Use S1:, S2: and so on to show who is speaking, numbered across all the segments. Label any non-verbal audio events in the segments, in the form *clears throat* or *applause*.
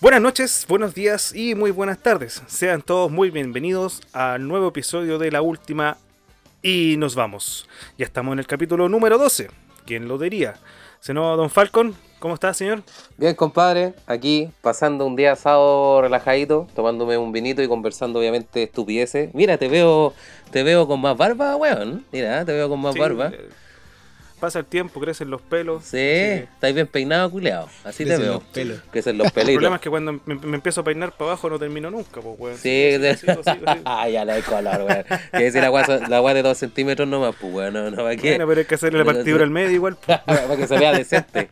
S1: Buenas noches, buenos días y muy buenas tardes. Sean todos muy bienvenidos al nuevo episodio de La Última y nos vamos. Ya estamos en el capítulo número 12. ¿Quién lo diría? Senó Don Falcon, ¿cómo está, señor?
S2: Bien, compadre, aquí pasando un día asado relajadito, tomándome un vinito y conversando obviamente estupideces. Mira, te veo te veo con más barba, weón. Mira, te veo con más
S1: Sí,
S2: barba.
S1: eh, Pasa el tiempo, crecen los pelos.
S2: Sí, estáis bien peinado, culeado. Así te
S3: Crecen
S2: veo.
S3: los pelos.
S2: Crecen los
S1: El problema
S2: pelitos.
S1: es que cuando me, me empiezo a peinar para abajo no termino nunca, pues, weón.
S2: Sí,
S1: Así,
S2: de...
S1: así, así,
S2: *laughs*
S1: así.
S2: Ay, ya le hay color, weón. Que decir la guasa- la guasa de dos centímetros nomás, pues, weón. No, no, ¿para qué?
S1: Bueno, pero hay que hacerle la
S2: Pero
S1: partidura
S2: sí.
S1: al medio igual. pues.
S2: *laughs* Para que se vea decente.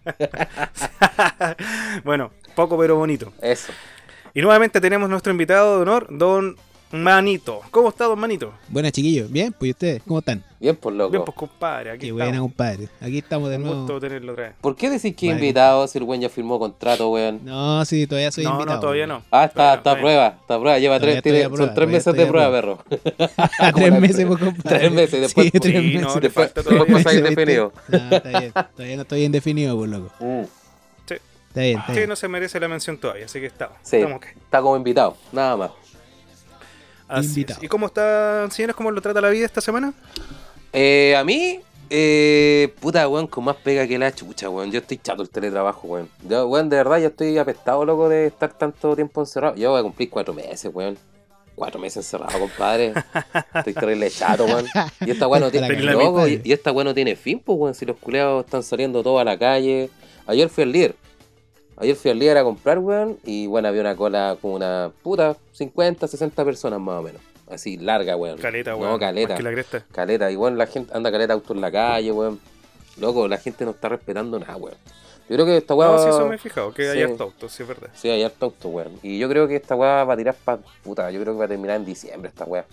S1: bueno, poco pero bonito.
S2: Eso.
S1: Y nuevamente tenemos nuestro invitado de honor, Don Manito. ¿Cómo está, Don Manito?
S3: Buenas chiquillos, bien, pues ¿y ustedes, ¿cómo están?
S2: Bien, por loco.
S1: Bien, pues, compadre. Aquí
S3: Qué
S1: estamos.
S3: buena, compadre. Aquí estamos de
S1: Un gusto
S3: nuevo.
S1: tenerlo otra vez.
S2: ¿Por qué decís que
S3: Vale.
S2: invitado si el weón ya firmó contrato, weón?
S3: No, sí, todavía soy
S1: no,
S3: invitado.
S1: no, todavía
S3: *laughs*
S1: no.
S2: Ah,
S1: Todavía no,
S2: está, está a
S1: todavía no.
S2: prueba, está a prueba. Lleva
S3: Todavía
S2: tres,
S3: estoy
S2: tiene-
S3: a prueba,
S2: son tres
S3: todavía
S2: meses
S3: estoy
S2: de prueba,
S3: a prueba. *laughs*
S2: perro.
S3: A Ah, tres
S2: Como la-
S3: meses, pues, compadre.
S2: Tres meses, después-
S3: Sí, tres
S1: Sí, no,
S3: meses.
S1: le
S2: Después-
S1: falta
S2: después
S1: todavía.
S2: pasa
S3: ¿viste?
S2: indefinido.
S3: *laughs* No, está bien. Todavía no estoy indefinido, pues, loco.
S2: Mm,
S1: Sí.
S3: Está bien, está
S1: Sí,
S3: bien.
S1: no se merece la mención todavía, así que estamos.
S2: Sí,
S1: Estamos acá.
S2: está como invitado, nada más.
S1: Así
S3: Invitado.
S1: es. ¿Y cómo está, señores? ¿Cómo lo trata la vida esta semana?
S2: Eh, a mí, eh, puta, weón, con más pega que la chucha, weón. Yo estoy chato el teletrabajo, weón. Yo, weón, de verdad, yo estoy apestado, loco, de estar tanto tiempo encerrado. Yo voy a cumplir cuatro meses, weón. Cuatro meses encerrado, compadre. Estoy terrible chato, weón. Y esta weón no tiene
S3: Tenés
S1: la
S2: loco,
S3: mitad,
S2: y,
S3: eh.
S2: y esta weón no tiene fin, pues, weón. Si los culeados están saliendo todos a la calle. Ayer fui al líder. Ayer fui al líder a comprar, weón. Y, bueno, había una cola con una puta 50, 60 personas más o menos. Así, larga, weón.
S1: Caleta,
S2: No,
S1: weón.
S2: caleta.
S1: Más que la cresta.
S2: Caleta, igual la gente anda caleta de auto en la calle, weón. Loco, la gente no está respetando nada, weón. Yo creo que esta weá.
S1: No, sí, eso me he fijado, que hay
S2: Sí.
S1: harto auto, sí, es verdad.
S2: Sí, hay harto auto, weón. Y yo creo que esta weá va a tirar pa. Puta, yo creo que va a terminar en diciembre esta weá.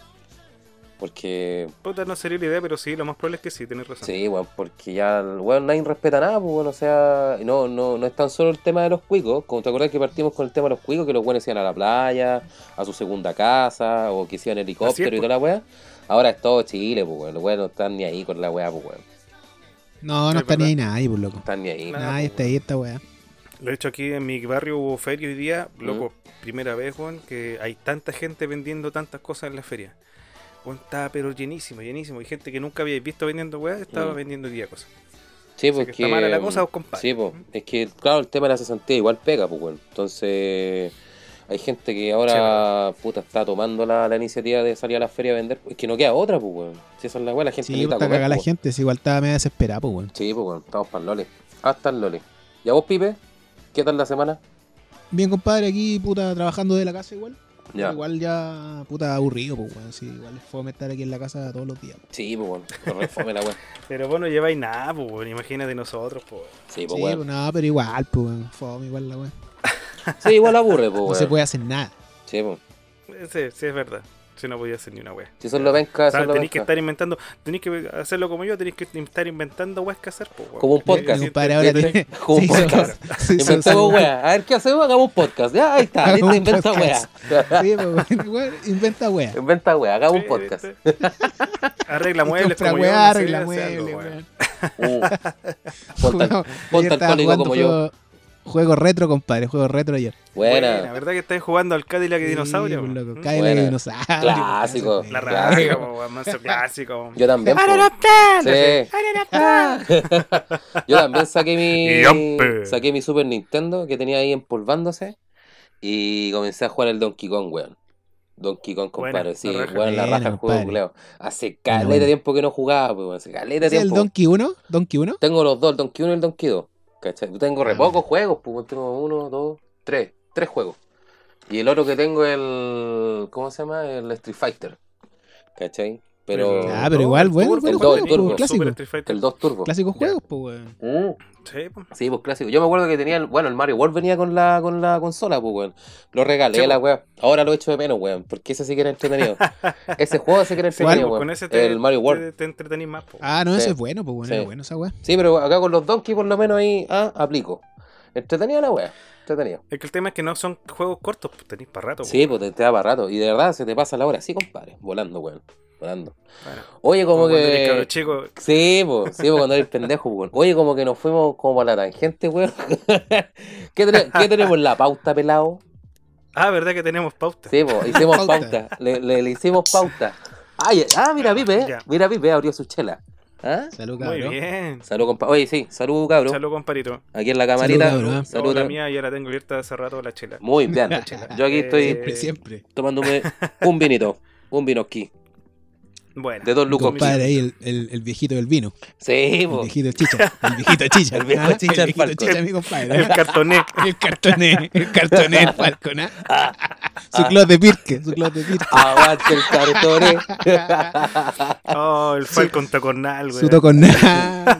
S2: Porque.
S1: Puta, no sería la idea, pero sí, lo más probable es que sí, tenés razón.
S2: Sí, weón, porque ya, weón, nadie respeta nada, pues, weón. O sea, no, no, no es tan solo el tema de los cuicos. Como te acordás que partimos con el tema de los cuicos, que los weones iban a la playa, a su segunda casa, o que se iban en helicóptero
S1: pues.
S2: y toda la weá. Ahora es todo Chile, pues, weón. Los weones no están ni ahí con la weá, pues, weón.
S3: No, no
S1: Es
S3: está ni
S1: verdad.
S3: ahí nadie, pues, loco.
S2: Están ni ahí.
S1: Nada,
S3: Nadie
S2: pues,
S3: está ahí, esta weá.
S1: De hecho, aquí en mi barrio hubo feria hoy día,
S2: Mm.
S1: loco, primera vez, Juan, que hay tanta gente vendiendo tantas cosas en la feria. Juan, estaba pero llenísimo, llenísimo. Y gente que nunca había visto vendiendo weá, estaba
S2: Mm.
S1: vendiendo hoy día cosas.
S2: Sí,
S1: Así
S2: porque.
S1: que está mala la cosa, vos, compadre. Mm.
S2: Sí, pues. Es que, claro, el tema de la cesantía igual pega, pues, weón. Entonces. Hay gente que
S1: Sí,
S2: ahora,
S1: verdad.
S2: puta, está tomando la, la iniciativa de salir a la feria a vender. Es que no queda otra, pues, weón. Si esa es la weá, la gente
S3: Sí,
S2: necesita
S3: está
S2: comer,
S3: cagada la
S2: pues,
S3: gente. Si igual estaba media desesperada, pues, weón.
S2: weón. Sí, pues, weón. Estamos para el Lole. Hasta el Lole. ¿Y a vos, Pipe? ¿Qué tal la semana?
S3: Bien, compadre, aquí, puta, trabajando de la casa igual.
S2: Ya.
S3: Igual ya, puta, aburrido, pues, weón. Sí, igual es fome estar aquí en la casa todos los días.
S2: Sí, pues, weón. Pero refome la weá.
S1: Pero vos no lleváis nada, pues, weón, imagínate nosotros, pues. weón.
S2: Sí,
S3: Sí,
S2: pues,
S3: pues,
S2: weón.
S3: no, pero igual, pues, weón. Fome, igual la weá.
S2: Sí, igual aburre, pues,
S3: No
S2: weón.
S3: se puede hacer nada.
S2: Sí, pues.
S1: Eh, Sí, sí, es verdad. Yo no podía hacer ni una weá.
S2: Si son lo venca, son lo
S1: Tenéis que
S2: venca.
S1: estar inventando, tenéis que hacerlo como yo, tenéis que estar inventando weas que hacer, pues, weón.
S2: Como un podcast.
S3: Mi compadre ahora
S2: ¿Viste?
S3: tiene.
S2: Como un
S3: se hizo-
S2: *laughs* podcast.
S3: se hizo *laughs*
S2: Inventamos
S3: su-
S2: weá. A ver qué hacemos, hagamos un podcast. Ya, ahí está. Listo,
S3: Hagamos un
S2: inventa weá.
S3: podcast. *laughs* Sí, pues, weón, weón, inventa weá.
S2: Inventa weá, hagamos un
S1: Sí,
S2: podcast.
S1: ¿viste? *laughs* Arregla muebles
S3: Compra
S1: como yo.
S3: weá,
S1: no sé,
S3: arregla
S1: hace algo,
S3: muebles,
S1: weón.
S3: weón. *laughs*
S2: Uh, Ponte al-
S3: Weón,
S2: ponte al
S3: ayer estaba
S2: código
S3: jugando
S2: como yo.
S3: juego- Juego retro, compadre, juego retro ayer.
S1: Buena,
S2: Buena.
S1: ¿verdad que estáis jugando al Cadillac de
S3: Sí,
S1: dinosaurio?
S3: pues,
S1: weón?
S3: loco,
S1: ¿Mm?
S3: cae la
S2: Buena.
S3: dinosaurio.
S2: Clásico.
S3: weón.
S1: La
S2: Clásico.
S1: raja, weón, manso clásico.
S2: *laughs* Yo también. po. Sí. Yo también saqué mi
S1: *laughs* Yampe.
S2: saqué mi Super Nintendo que tenía ahí empolvándose y comencé a jugar el Donkey Kong, weón. Donkey Kong,
S1: Buena,
S2: compadre, sí,
S1: la raja.
S2: weón, la raja
S3: Buena,
S2: el juego,
S3: compadre.
S2: culiao. Hace
S3: Buena,
S2: caleta
S3: buena.
S2: de tiempo que no jugaba, pues, weón, hace caleta de
S3: ¿Es el
S2: tiempo.
S3: Donkey 1? ¿Donkey 1?
S2: Tengo los dos, el Donkey 1 y el Donkey 2. ¿cachai? Yo Tengo re
S3: Ah,
S2: pocos
S3: bueno.
S2: juegos, pues weón, tengo uno, dos, tres, tres juegos. Y el otro que tengo es el. ¿Cómo se llama? El Street Fighter. ¿Cachai? Pero.
S3: Ah, pero igual, bueno,
S2: bueno,
S3: clásico.
S2: El 2 Turbo.
S3: Clásicos
S1: Ya.
S3: juegos, pues, weón.
S2: Mm.
S1: Sí, po.
S2: Sí, pues clásico. Yo me acuerdo que tenía, el, bueno, el Mario World venía con la, con la consola, pues, weón. Lo regalé
S1: Sí,
S2: a la weá. Ahora lo echo de menos, weón, porque ese sí que era entretenido. ese juego sí que era
S1: Sí,
S2: entretenido,
S1: po,
S2: weón.
S1: con ese te,
S2: el Mario World.
S1: te, te entretenís más. po.
S3: Ah, no,
S2: Sí.
S3: ese es bueno, pues, bueno,
S2: Sí.
S3: era bueno esa weá.
S2: Sí, pero acá con los Donkey por lo menos ahí, ah, aplico. Entretenido la weá. Entretenido.
S1: Es que el tema es que no son juegos cortos, pues, tenéis para rato. po.
S2: Sí, pues te, te da para rato. Y de verdad se te pasa la hora. Sí, compadre. Volando, weón. Volando.
S1: Bueno,
S2: Oye, como,
S1: cuando eres cabro
S2: que.
S1: chico,
S2: Sí, pues, sí, po, cuando eres pendejo, weón. Oye, *laughs* como que nos fuimos como a la tangente, weón. ¿Qué, tene- qué tenemos en la pauta, pelado?
S1: Ah, ¿verdad que tenemos pauta?
S2: Sí, po, hicimos
S3: Pauta.
S2: pauta. Le, le- le hicimos pauta. Ay, ah, mira, Pipe.
S1: Ya.
S2: Mira, Pipe abrió su chela. ¿Ah?
S3: Salud,
S1: Muy
S3: cabrón.
S1: bien.
S2: Salud, compa. Oye, sí, salud, cabro.
S1: Salud, comparito.
S2: Aquí en la camarita.
S3: Salud, cabro. ¿eh?
S1: No,
S2: Salud, eh.
S1: la mía ya la tengo abierta hace rato la chela.
S2: Muy bien. Yo aquí estoy
S1: Eh,
S3: Siempre, siempre.
S2: tomándome un vinito. Un vino aquí.
S1: Bueno.
S2: De dos lucos.
S3: Compadre, ahí el, el, el viejito del vino.
S2: Sí,
S3: El
S2: po.
S3: viejito chicha. El viejito chicha.
S2: Oh. *laughs* El viejo
S3: Ah,
S2: chicha
S3: El
S2: del
S3: viejito
S2: Falcon.
S3: chicha, mi compadre. *laughs*
S1: El cartoné.
S3: El cartoné, el cartoné *laughs* del Falcon, ¿ah? Su club de Pirque, su club de Pirque.
S2: Aguante el eh. cartone.
S1: Oh, el Falcon Tacornal,
S3: Su
S1: güey.
S3: tocornal,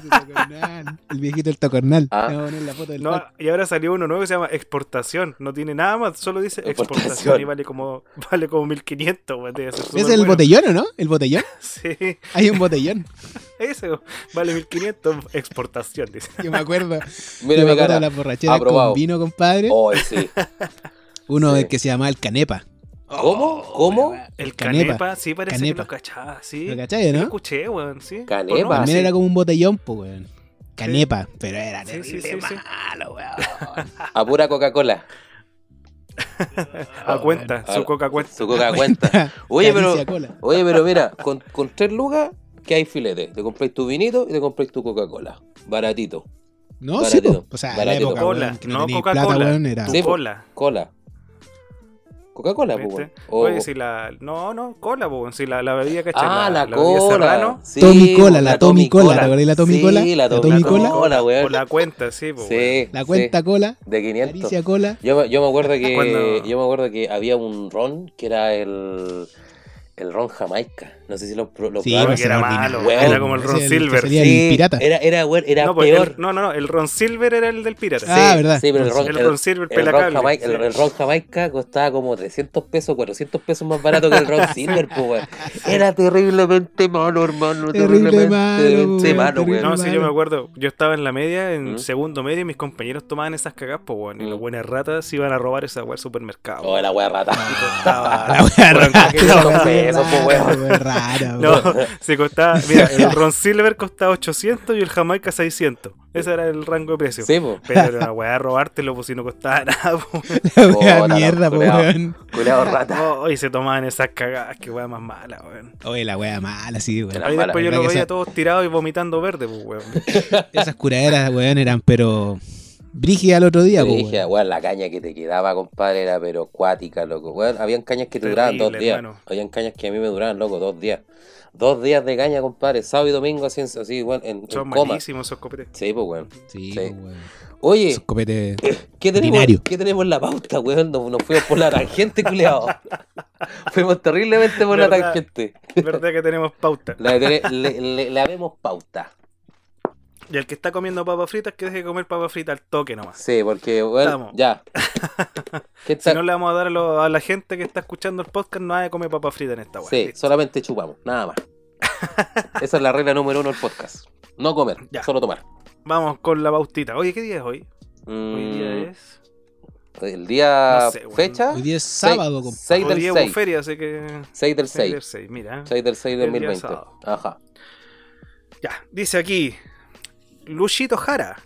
S3: su tocornal. El viejito del tocornal.
S2: Ah.
S3: Le voy a poner la foto del
S1: No,
S3: Falcon.
S1: y ahora salió uno nuevo que se llama Exportación. No tiene nada más, solo dice Exportación,
S2: Exportación.
S1: y vale como, *laughs* vale como 1500, güey. debe ser
S3: ¿Es
S1: súper
S3: el
S1: bueno.
S3: botellón o no? ¿El botellón?
S1: Sí, *laughs*
S3: Hay un botellón.
S1: ese güey. vale 1500 Exportación, dice.
S3: Yo me
S2: *laughs*
S3: acuerdo.
S2: Mira
S3: yo me
S2: mi
S3: acuerdo de
S2: cara.
S3: las borracheras
S2: Aprobado.
S3: con vino, compadre.
S2: Hoy sí.
S3: Uno
S2: sí.
S3: el que se llamaba el Canepa.
S2: ¿Cómo?
S1: Oh,
S2: ¿Cómo?
S1: El canepa,
S3: Canepa.
S1: sí, parece
S3: Canepa.
S1: que lo cachaba, sí.
S3: ¿Lo cachai,
S1: Lo
S3: no?
S1: escuché, weón, sí.
S2: Canepa.
S1: Por nombre,
S3: También
S2: sí.
S3: era como un botellón, pues, weón. Canepa, pero era
S1: Sí, sí,
S3: terrible
S1: sí, sí.
S3: malo, weón.
S2: A pura Coca-Cola.
S1: A cuenta,
S2: Ah,
S1: su coca cuenta.
S2: Su coca
S3: *laughs*
S2: cuenta. Oye, pero,
S3: Caricia cola.
S2: oye, pero mira, con, con tres lucas que hay filete. Te compráis tu vinito y te compráis tu Coca-Cola. Baratito.
S3: No, sí,
S2: Baratito,
S3: po. O sea, la
S2: baratito.
S3: época,
S1: Cola,
S3: weón, que
S1: no
S3: no tenía
S1: Coca-Cola.
S3: plata, weón, era...
S1: Tu
S2: Sí, po.
S1: cola.
S2: Cola. Coca-Cola, pues.
S1: ¿viste?
S2: weón. O-
S1: Oye, este si la. No, no, cola, po, si la, la bebida cachai.
S2: Ah, la,
S1: bebida
S2: cola.
S1: serrano,
S2: Sí,
S3: Tommy Cola,
S2: po,
S3: la Tommy Cola, ¿te acordás de la Tommy
S2: sí,
S3: Cola?
S2: La
S3: La
S2: Tommy,
S3: Tommy
S1: la
S2: Cola, weón.
S1: Por la cuenta, sí, po, weón.
S2: sí,
S3: La cuenta cola,
S2: sí, de 500.
S3: Caricia cola.
S2: Yo, me- yo me acuerdo
S1: *laughs*
S2: que
S1: Cuando-
S2: yo me acuerdo que había un ron que era el el ron jamaica. No sé si lo, pro- lo
S3: Sí,
S2: probaron.
S1: Porque era
S3: Weón,
S1: malo,
S2: weón.
S1: era como el
S3: Ese
S1: Ron
S3: es que
S1: Silver.
S3: salía el pirata.
S2: Era era weón, era
S1: no, pues, el-
S2: peor.
S1: no, no, no, el Ron Silver era el del pirata.
S3: Ah, verdad.
S2: Sí, pero el ron,
S1: El
S2: el-
S1: Ron Silver
S2: el ron
S1: pelacable.
S2: jamaica, el,
S1: sí.
S2: el ron jamaica costaba como 300 pesos, 400 pesos más barato que
S1: *laughs*
S2: el ron silver, po, weón. Era terriblemente malo, hermano.
S3: Terrible
S2: Terriblemente
S3: malo,
S2: terriblemente
S3: weón,
S2: malo, weón.
S3: terrible
S1: No, sí, yo me
S3: malo.
S1: acuerdo. Yo estaba en la media, en
S2: ¿Mm?
S1: segundo medio, y mis compañeros tomaban esas cagas, pues, weón. Y
S2: ¿Mm?
S1: los buenas ratas se iban a robar esa weá al supermercado.
S2: Oh, la wea rata.
S1: Costaba-
S3: *laughs* La wea
S1: Weón,
S3: rara,
S1: cualquier
S2: no,
S3: esa
S1: cosa.
S3: wea
S2: eso, po,
S3: rara,
S2: weón.
S3: wea rara,
S1: No,
S3: weón. *laughs*
S1: *laughs* se costaba.
S2: *laughs*
S1: Mira, el Ron Silver costaba 800 y el Jamaica 600. Ese era el rango de precio.
S2: Sí, po.
S1: Pero era una weá robártelo, pues si no costaba *laughs* nada, po.
S3: La
S2: Puta,
S3: wea
S2: la
S3: mierda, po,
S2: culeado.
S3: weón.
S2: Culeado rata.
S1: Oh, y se tomaban esas cagadas, qué weá más mala, weón.
S3: Oye, la wea mala, sí, weón.
S2: Era-
S1: Ahí
S2: mala,
S1: después yo
S3: ¿verdad
S1: lo
S3: que
S1: veía
S3: esa-
S1: todos tirados y vomitando verde, pues,
S2: *laughs*
S1: weón.
S3: Esas curaderas, weón, eran, pero. Brígida el otro día, po,
S2: Dije,
S3: weón.
S2: weón, la caña que te quedaba, compadre, era pero acuática, loco. Weón, habían cañas que te duraban dos
S1: Terrible,
S2: días.
S1: hermano.
S2: Habían cañas que a mí me duraban, loco, dos días. Dos días de caña, compadre. Sábado y domingo, así, así weón, en, en
S1: Son
S2: coma.
S1: malísimos esos copetes.
S2: Sí, pues, weón.
S3: Sí,
S2: Sí.
S3: po, weón.
S2: Oye,
S3: Esos copetes.
S2: ¿Qué tenemos,
S3: Binario.
S2: ¿Qué tenemos en la pauta, weón? Nos, nos fuimos por la
S1: *laughs*
S2: tangente, culeado. fuimos terriblemente por la
S1: ¿Verdad?
S2: tangente.
S1: Verdad que tenemos pauta.
S2: La, le, le- le- le vemos pauta.
S1: Y el que está comiendo papas fritas, que deje de comer papas fritas al toque nomás.
S2: Sí, porque, weón,
S1: Estamos. *laughs*
S2: ya. ¿Qué
S1: Si
S2: tal?
S1: no le vamos a dar a, lo- a la gente que está escuchando el podcast, no hay que comer papas fritas en esta weá.
S2: sí, solamente chupamos,
S1: *laughs*
S2: nada más. Esa es la regla número uno del podcast. No comer,
S1: Ya.
S2: solo tomar.
S1: Vamos con la pautita. Oye, ¿qué día es hoy? Hoy
S2: Mm,
S1: día es.
S2: El día,
S1: No sé, weón.
S2: fecha,
S3: Hoy día es sábado,
S2: seis-
S3: compadre.
S2: seis
S1: Hoy
S2: del
S1: día hubo
S2: 6.
S1: feria, así que.
S2: 6 del 6.
S1: Seis del seis, mira.
S2: 6 del 6 del
S1: El día
S2: 2020.
S1: sábado.
S2: Ajá.
S1: Ya, dice aquí. Luchito Jara.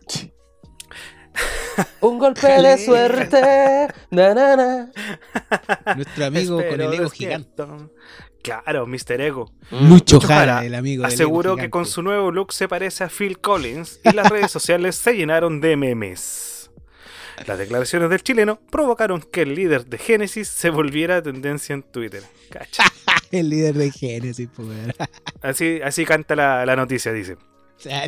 S2: Un golpe de suerte. Na, na, na.
S1: *laughs*
S3: Nuestro amigo con
S1: Espero
S3: el ego gigante.
S1: despierto. Claro, Mr. Ego.
S2: Mm.
S3: Lucho
S1: Lucho Jara
S3: Jara, el amigo del ego
S1: Aseguró que
S3: gigante.
S1: con su nuevo look se parece a Phil Collins y las redes sociales se llenaron de memes. Las declaraciones del chileno provocaron que el líder de Genesis se volviera tendencia en Twitter. Cacha.
S3: *laughs* *laughs* El líder de Génesis, po, weón.
S1: Así, así canta la, la noticia, dice.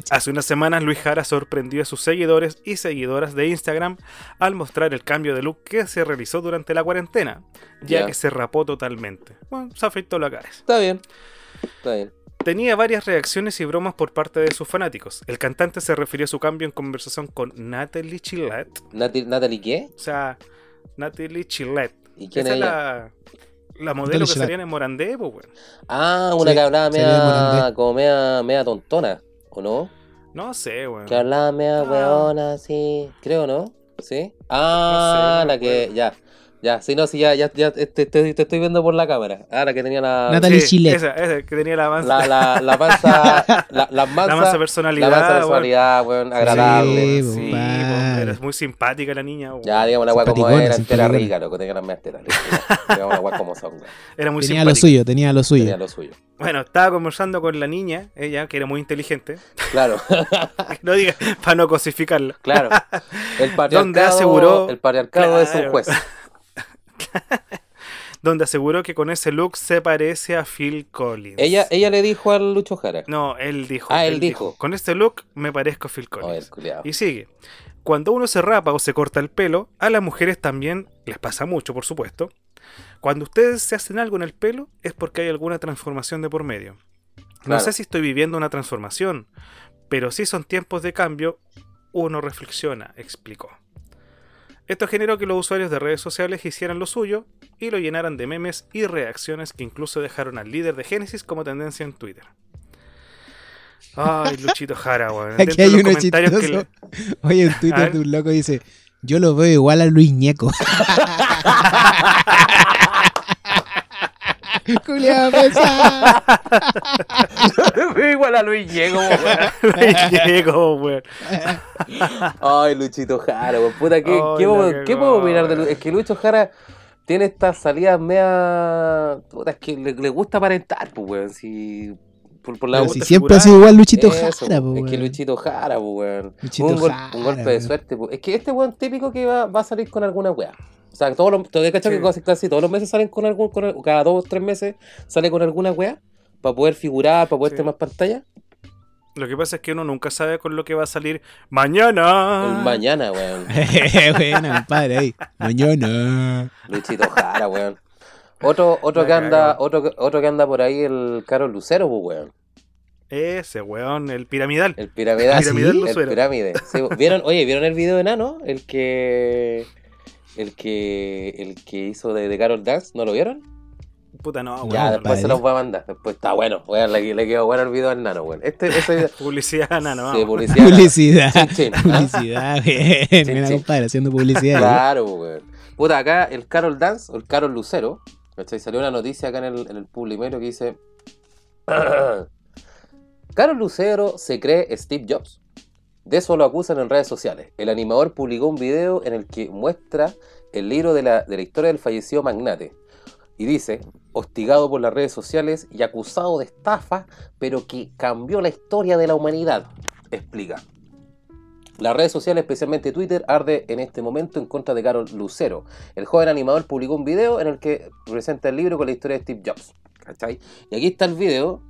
S1: Hace unas semanas Luis Jara sorprendió a sus seguidores y seguidoras de Instagram al mostrar el cambio de look que se realizó durante la cuarentena, ya
S2: Ya.
S1: que se rapó totalmente. Bueno, se afectó la cara.
S2: Está bien. Está bien.
S1: Tenía varias reacciones y bromas por parte de sus fanáticos. El cantante se refirió a su cambio en conversación con Natalie Chillette.
S2: Nati- ¿Natalie qué?
S1: O sea, Natalie Chillette.
S2: ¿Y quién
S1: Esa es
S2: es ella?
S1: la, la modelo que
S3: Chillette.
S1: salía en Morandé, pues, weón.
S2: Ah, una
S3: Sí,
S2: que hablaba
S3: salía de
S2: media,
S3: Morandé.
S2: como media, media tontona, ¿o no?
S1: No sé, weón.
S2: Que hablaba media
S1: Ah.
S2: weona, sí, creo, ¿no? ¿Sí?
S1: No
S2: Ah,
S1: sé, no
S2: la que,
S1: recuerdo.
S2: ya, ya, sí, no, sí, ya, ya, ya, te, te- te estoy viendo por la cámara. Ah, la que tenía la...
S3: Natalie-
S1: Sí,
S3: Chillette.
S1: Esa, esa, que tenía la avanza,
S2: La, la, la panza, la, la mansa,
S1: la mansa
S2: la
S1: personalidad.
S2: mansa
S1: weón.
S2: personalidad, weón,
S3: Agradable.
S2: agradable.
S1: Sí,
S3: Sí,
S1: po, era, era muy simpática la niña. weón.
S2: Ya, digamos la weá como
S3: Simpaticona,
S2: era, entera
S3: simpaticona.
S2: rica, loco, tenía las medias telas ricas,
S1: *laughs*
S2: ya. Digamos la weá como son, weón.
S1: Era muy
S3: Tenía
S1: simpática.
S3: lo suyo, tenía lo
S2: Tenía
S3: suyo.
S2: lo suyo.
S1: Bueno, estaba conversando con la niña, ella, que era muy inteligente. *laughs*
S2: Claro, *laughs*
S1: no diga, para no cosificarla.
S2: claro. El patriarcado,
S1: Donde aseguró-
S2: el patriarcado es un
S1: Claro.
S2: juez.
S1: Donde aseguró que con ese look se parece a Phil Collins.
S2: Ella, ella le dijo al Lucho Jara.
S1: No, él dijo.
S2: Ah, él dijo.
S1: Con este look me parezco a Phil
S2: Oh,
S1: Collins. *laughs*
S2: el culiao.
S1: Y sigue. Cuando uno se rapa o se corta el pelo, a las mujeres también les pasa mucho, por supuesto. Cuando ustedes se hacen algo en el pelo es porque hay alguna transformación de por medio. No
S2: Claro.
S1: sé si estoy viviendo una transformación, pero sí son tiempos de cambio, uno reflexiona, explicó. Esto generó que los usuarios de redes sociales hicieran lo suyo y lo llenaran de memes y reacciones que incluso dejaron al líder de Génesis como tendencia en Twitter.
S2: *laughs*
S1: Ay, Luchito Jara, weón.
S3: *laughs* Aquí
S1: Dentro
S3: hay
S1: de los
S3: uno
S1: comentarios que
S3: chistoso. *laughs* Oye, en
S1: A ver.
S3: Twitter de un loco dice: Yo lo veo igual a Luis Ñeco. *laughs*
S1: *laughs*
S3: Culeado pesado.
S2: Igual a Luis Diego,
S1: *laughs* le- Llegó, weón.
S2: Ay, Luchito Jara, weón. Puta, ¿qué,
S1: Ay,
S2: qué,
S1: la
S2: puedo-
S1: cagó,
S2: qué puedo opinar de Lucho?
S1: weón.
S2: Es que Lucho Jara tiene estas salidas media. Puta, es que le, le gusta aparentar, pues, weón. Si, por, por la
S3: Pero
S1: gusta
S3: si
S2: gusta
S3: siempre ha
S1: figurar.
S3: sido igual Luchito
S2: Eso,
S3: Jara, po,
S2: Es que
S3: weón. *laughs*
S2: Luchito Jara, pues, weón.
S3: Luchito
S2: un, gol-
S3: Jara,
S2: un golpe de
S3: weón.
S2: suerte, pues. Es que este weón típico que va, va a salir con alguna weá. O sea, todos los, todo- ¿cachai?
S1: Sí.
S2: que casi, casi todos los meses salen con algún, con al- cada dos o tres meses sale con alguna weá para poder figurar, para poder
S1: Sí.
S2: tener más pantalla.
S1: Lo que pasa es que uno nunca sabe con lo que va a salir mañana.
S3: Ah.
S2: El Mañana, weón.
S3: Buena, compadre, ahí. Mañana.
S2: Luchito Jara, weón. Otro, otro
S1: La
S2: que anda,
S1: cagó.
S2: otro, que- otro que anda por ahí, el Caro Lucero, pues, weón.
S1: Ese, weón, el piramidal.
S2: El piramidal.
S1: Piramidal
S2: sí,
S1: Lucero.
S2: El pirámide.
S1: *laughs*
S2: Sí, ¿vieron, oye, ¿vieron el video de Nano? El que. El que. El que hizo de, de Carol Dance, ¿no lo vieron?
S1: Puta, no, weón.
S2: ya,
S1: no,
S2: después
S1: no.
S2: se
S3: padre.
S2: los va a mandar. Después está bueno. Weón, le, le quedó bueno el video al Nano, weón. Este,
S1: *laughs*
S2: ese
S1: Publicidad, nada, no,
S2: Sí,
S1: vamos.
S2: publicidad.
S1: *laughs*
S3: Publicidad.
S2: Chin, chin, ¿ah?
S3: Publicidad, bien. Mira,
S2: sí.
S3: compadre, haciendo publicidad. ¿no?
S2: Claro, weón. Puta, acá el Carol Dance o el Carol Lucero, ¿cachai? Salió una noticia acá en el, en el Publimero que dice: *clears throat* Carol Lucero se cree Steve Jobs. De eso lo acusan en redes sociales. El animador publicó un video en el que muestra el libro de la, de la historia del fallecido magnate. Y dice, hostigado por las redes sociales y acusado de estafa, pero que cambió la historia de la humanidad, explica. Las redes sociales, especialmente Twitter, arde en este momento en contra de Carol Lucero. El joven animador publicó un video en el que presenta el libro con la historia de Steve Jobs. ¿Cachai? Y aquí está el video.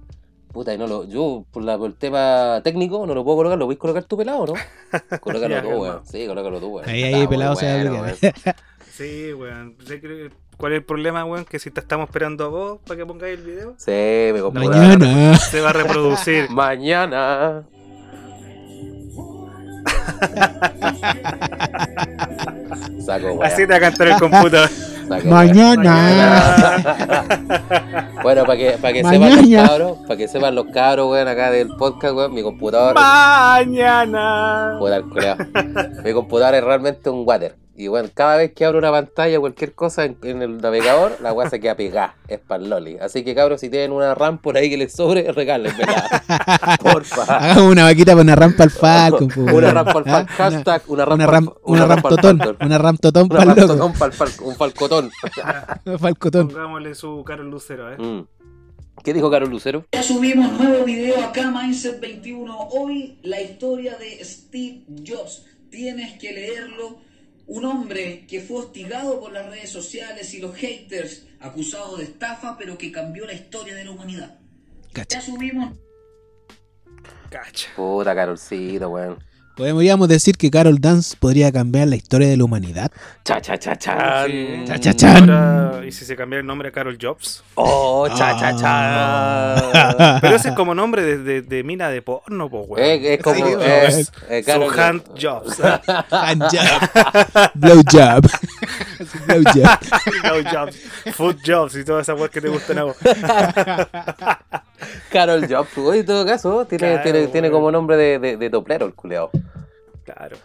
S2: Puta, y no lo, yo por, la- por el tema técnico no lo puedo colocar, lo voy a colocar tú pelado,
S3: *laughs*
S2: ¿no? Colócalo
S1: Ya,
S2: tú,
S1: calma.
S2: weón. Sí, colócalo tú, weón.
S3: Ahí, ahí,
S2: Está muy
S3: pelado se va a
S2: bueno,
S3: aplicar.
S2: weón.
S1: Sí, weón. Sé que- ¿Cuál es el problema, weón? Que si te estamos esperando a vos para que pongáis el video,
S2: Sí,
S3: *laughs*
S2: me compré una-
S3: Mañana.
S1: se va a
S2: *laughs*
S1: reproducir.
S2: Mañana. Saco, weá,
S1: Así te va a cantar el computador.
S2: saco, weá.
S3: Mañana.
S2: bueno, para que, pa' que sepan
S3: Mañana.
S2: los cabros, para que sepan los cabros, weón, acá del podcast, weón, mi computador.
S1: Mañana.
S2: Puta, el culiao. Mi computador es realmente un water. Y bueno, cada vez que abro una pantalla o cualquier cosa en, en el navegador, la weá se queda pegada. Es para loli. Así que cabros, si tienen una RAM por ahí que les sobre, regálenmela.
S3: *laughs*
S2: Porfa.
S3: Hagamos una vaquita para una rampa al
S2: *laughs*
S3: Falcon. po,
S2: Una
S3: weón.
S2: rampa al
S3: ¿Ah?
S2: Falcon. Hashtag una
S3: Una,
S2: rampa
S3: ram,
S2: al-
S3: una
S2: rampa al
S3: ramtotón.
S2: Falcon.
S3: Una ramtotón
S2: Una
S3: para el
S2: rampa-
S3: loco.
S2: un pal- pal- Un falcotón.
S3: Falcotón.
S1: Pongámosle su Carol Lucero, eh.
S2: Mm. *laughs* ¿Qué dijo Carol Lucero?
S4: Ya subimos nuevo video acá, Mindset 21. Hoy la historia de Steve Jobs. Tienes que leerlo. Un hombre que fue hostigado por las redes sociales y los haters, acusado de estafa, pero que cambió la historia de la humanidad. Ya
S3: Cacha.
S4: subimos
S1: Cacha.
S2: Puta, Carolcito, weón.
S3: Podríamos decir que Carol Dance podría cambiar la historia de la humanidad.
S2: Cha, cha, cha, chan.
S1: Sí.
S3: Cha, cha, chan.
S1: Ahora, ¿y si se cambia el nombre a Carol Jobs?
S2: Oh, cha, cha,
S3: Ah.
S2: cha.
S1: Pero ese es como nombre de, de, de mina de porno, po, weón.
S2: Eh, es como.
S3: Sí, weón.
S2: es, eh,
S1: su
S2: Carol-
S1: hand
S2: *laughs*
S1: Jobs. *laughs*
S3: Hand job. Blow job. Blow job.
S1: No jobs. Food jobs y todas esas weas que te gustan a vos.
S2: Carol Jobs, oye, en todo caso, tiene,
S1: Claro,
S2: tiene, tiene
S1: weón.
S2: como nombre de, de, de toplero el culeado.
S1: Claro.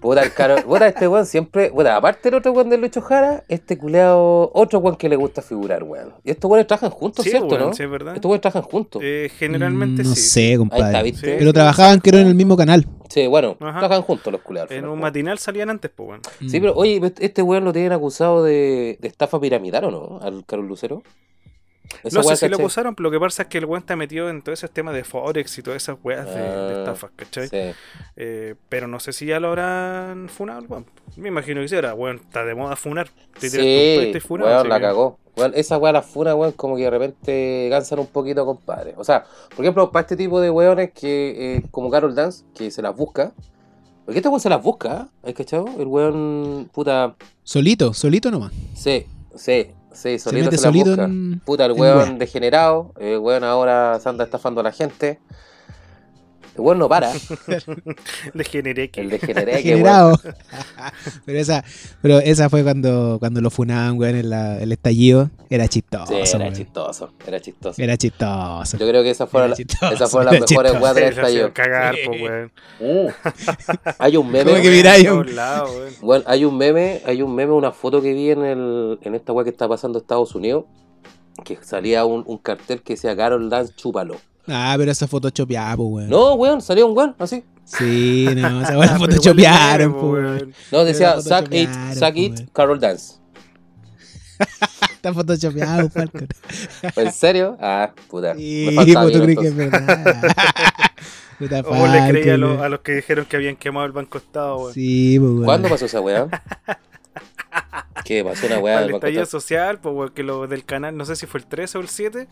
S2: Puta, el caro, puta, este weón siempre, puta, aparte del otro weón de Lucho Jara, este culeado, otro weón que le gusta figurar, weón. Y estos weones trabajan juntos,
S1: Sí,
S2: ¿cierto?
S1: weón,
S2: ¿no?
S1: sí, es verdad.
S2: Estos weones trabajan juntos.
S1: Eh, generalmente
S3: Mm, no
S1: sí.
S3: sé, compadre.
S2: Ahí está, ¿viste?
S1: Sí.
S3: Pero trabajaban que eran en el mismo canal.
S2: Sí, bueno,
S1: Ajá.
S2: trabajan juntos los culeados.
S1: En un matinal salían antes, pues, weón.
S2: Sí,
S3: Mm.
S2: pero oye, este weón lo tienen acusado de, de estafa piramidal o no, al Carol Lucero. Esa
S1: No sé
S2: weá,
S1: si lo
S2: ¿cachai?
S1: acusaron, pero lo que pasa es que el weón está metido en todo ese tema de Forex y todas esas weas de, de
S2: Ah,
S1: estafas, ¿cachai?
S2: Sí.
S1: Eh, pero no sé si ya lo habrán funado, el weón. Me imagino que sí, ahora, weón, está de moda funar. Te tiras con todo y
S2: Sí,
S1: te funan,
S2: weón,
S1: así
S2: la
S1: que-
S2: cagó. Weón, esa weá, la funa, weón, como que de repente cansan un poquito, compadre. O sea, por ejemplo, para este tipo de weones que, eh, como Carol Dance, que se las busca. Porque este weón se las busca, ¿eh? ¿cachado? El weón, puta,
S3: Solito, solito nomás.
S2: sí, sí, sí, solito
S3: mete
S2: se, las
S3: solito
S2: busca.
S3: en-
S2: Puta, el
S3: en
S2: weón
S3: weá.
S2: degenerado, el weón ahora se anda estafando a la gente. El weón no para,
S1: Degeneré que.
S2: el degeneré que weón.
S3: Generado. *laughs* pero esa, pero esa fue cuando, cuando lo funaban, weón, en la- el estallido. Era
S2: Sí,
S3: chistoso.
S2: era
S3: weón.
S2: chistoso, era chistoso.
S3: Era chistoso.
S2: Yo creo que esas fueron,
S3: Era
S2: la-
S3: chistoso,
S2: esas fueron
S3: era
S2: las mejores
S1: *laughs*
S3: chistoso.
S2: weas del
S1: Sí, la hacían
S2: estallido.
S1: cagar,
S3: Sí.
S1: pues, weón.
S2: Uh, *laughs* hay un meme.
S3: Como que
S2: weón.
S3: mira,
S1: En
S3: yo-
S1: todos lados, weón.
S2: Bueno, hay un meme, hay un meme, una foto que vi en, el, en esta weá que está pasando en Estados Unidos, que salía un, un cartel que decía Carol Dance, chúpalo.
S3: Ah, pero esa photoshopeada, pues, weón.
S2: No, weón, salía un weón, así.
S3: Sí, no,
S1: *laughs*
S3: *laughs*
S1: Ah,
S3: esa weón la
S1: Pero igual le
S3: photoshopearon,
S1: ganaron,
S3: pues, weón.
S2: No, decía
S3: Pero
S2: Suck It,
S3: photoshopearon,
S2: Suck
S3: po,
S2: It,
S3: pues, weón.
S2: Carol Dance.
S3: Está photoshopeado, Falcon.
S1: *laughs*
S2: ¿En serio? Ah, puta.
S3: Sí,
S2: me falta a
S3: pues
S2: mí,
S3: tú crees que es
S2: entonces.
S3: verdad.
S1: *laughs*
S3: Puta
S1: ¿Cómo le creí a,
S3: Falcon,
S1: los-
S3: weón.
S1: a los que dijeron que habían quemado el Banco Estado, weón?
S3: Sí, pues, weón.
S2: ¿Cuándo pasó
S1: *laughs*
S2: esa weá? ¿Qué pasó una weá?
S1: Para
S2: del
S1: el
S2: Banco
S1: estallido
S2: Central?
S1: social, pues, weón, que lo del canal, no sé si fue el 13 o el 7,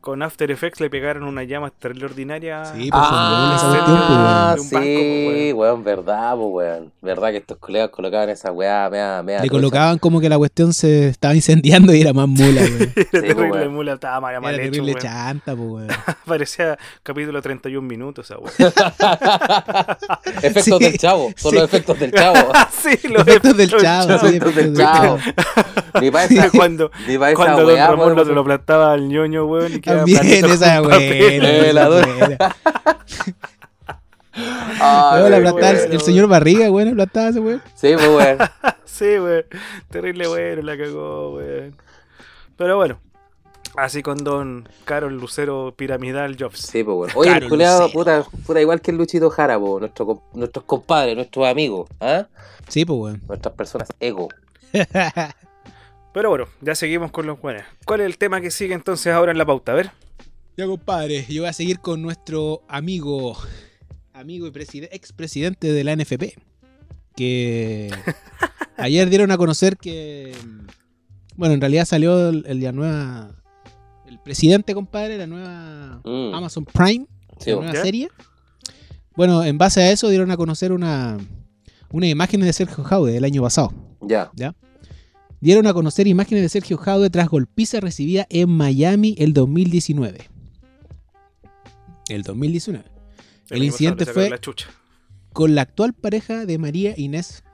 S1: con After Effects le pegaron una llama extraordinaria. *laughs*
S3: Sí, pues,
S2: Ah,
S3: fue un doble esa cuestión, pues, weón.
S1: de un banco,
S2: sí,
S1: pues,
S2: weón, verdad, pues, weón. Verdad que estos colegas colocaban esa weá, mea, mea.
S3: Le
S2: trucha.
S3: colocaban como que la cuestión se estaba incendiando y era más mula, weón.
S1: Era
S2: Sí, pues,
S1: terrible
S2: weón.
S1: mula, estaba mal,
S3: Era
S1: mal hecho,
S3: terrible
S1: weón.
S3: chanta, pues, weón.
S1: *laughs* Parecía capítulo 31 minutos, esa weón.
S2: *laughs*
S1: *laughs*
S2: Efectos
S3: *laughs* Sí,
S2: del chavo, son
S3: sí.
S2: los efectos del chavo.
S1: sí, lo
S3: *laughs* Efectos del chavo, sí, efectos
S2: Efectos
S3: del
S2: del chavo. Ni pa' esa-
S1: *laughs* Cuando,
S2: ni pa' esa
S1: cuando Don
S2: weá,
S1: Ramón lo,
S2: weón.
S1: lo plantaba al ñoño, weón. Y quedaba
S3: También
S1: platito
S3: esa es
S1: con *laughs* papel.
S3: buena. esa es
S2: La dura.
S3: buena.
S2: *laughs*
S3: *laughs*
S2: Ah,
S3: Luego la
S2: weón,
S3: aplastaba
S2: weón.
S3: el, el señor Barriga, güey, la aplastaba ese güey.
S2: Sí, pues, weón.
S1: Sí, weón. Terrible, weón. La cagó, weón. Pero bueno. Así con Don Carol Lucero Piramidal Jobs.
S2: Sí, pues, weón. Oye, el
S3: Caro
S2: culeado,
S3: Lucero.
S2: puta, puta, igual que el Luchito Jara, po, nuestro com- nuestros compadres, nuestros amigos, ¿ah?
S3: Sí, pues, güey.
S2: Nuestras personas ego.
S1: *laughs* Pero bueno, ya seguimos con los buenos. ¿Cuál es el tema que sigue entonces ahora en la pauta? A ver.
S3: Ya, compadre, yo voy a seguir con nuestro amigo, amigo y preside- expresidente de la NFP, que ayer dieron a conocer que, bueno, en realidad salió el, el- la nueva, el presidente, compadre, la nueva
S2: Mm.
S3: Amazon Prime,
S2: Sí,
S3: la
S2: po.
S3: nueva
S1: ¿Ya?
S3: serie. Bueno, en base a eso dieron a conocer una, una imagen de Sergio Jaude del año pasado.
S2: Ya.
S3: dieron a conocer imágenes de Sergio Jaude tras golpiza recibida en Miami el 2019. El 2019. El
S1: año
S3: incidente
S1: pasado le sacaron
S3: fue-
S1: La chucha.
S3: Con la actual pareja de María Inés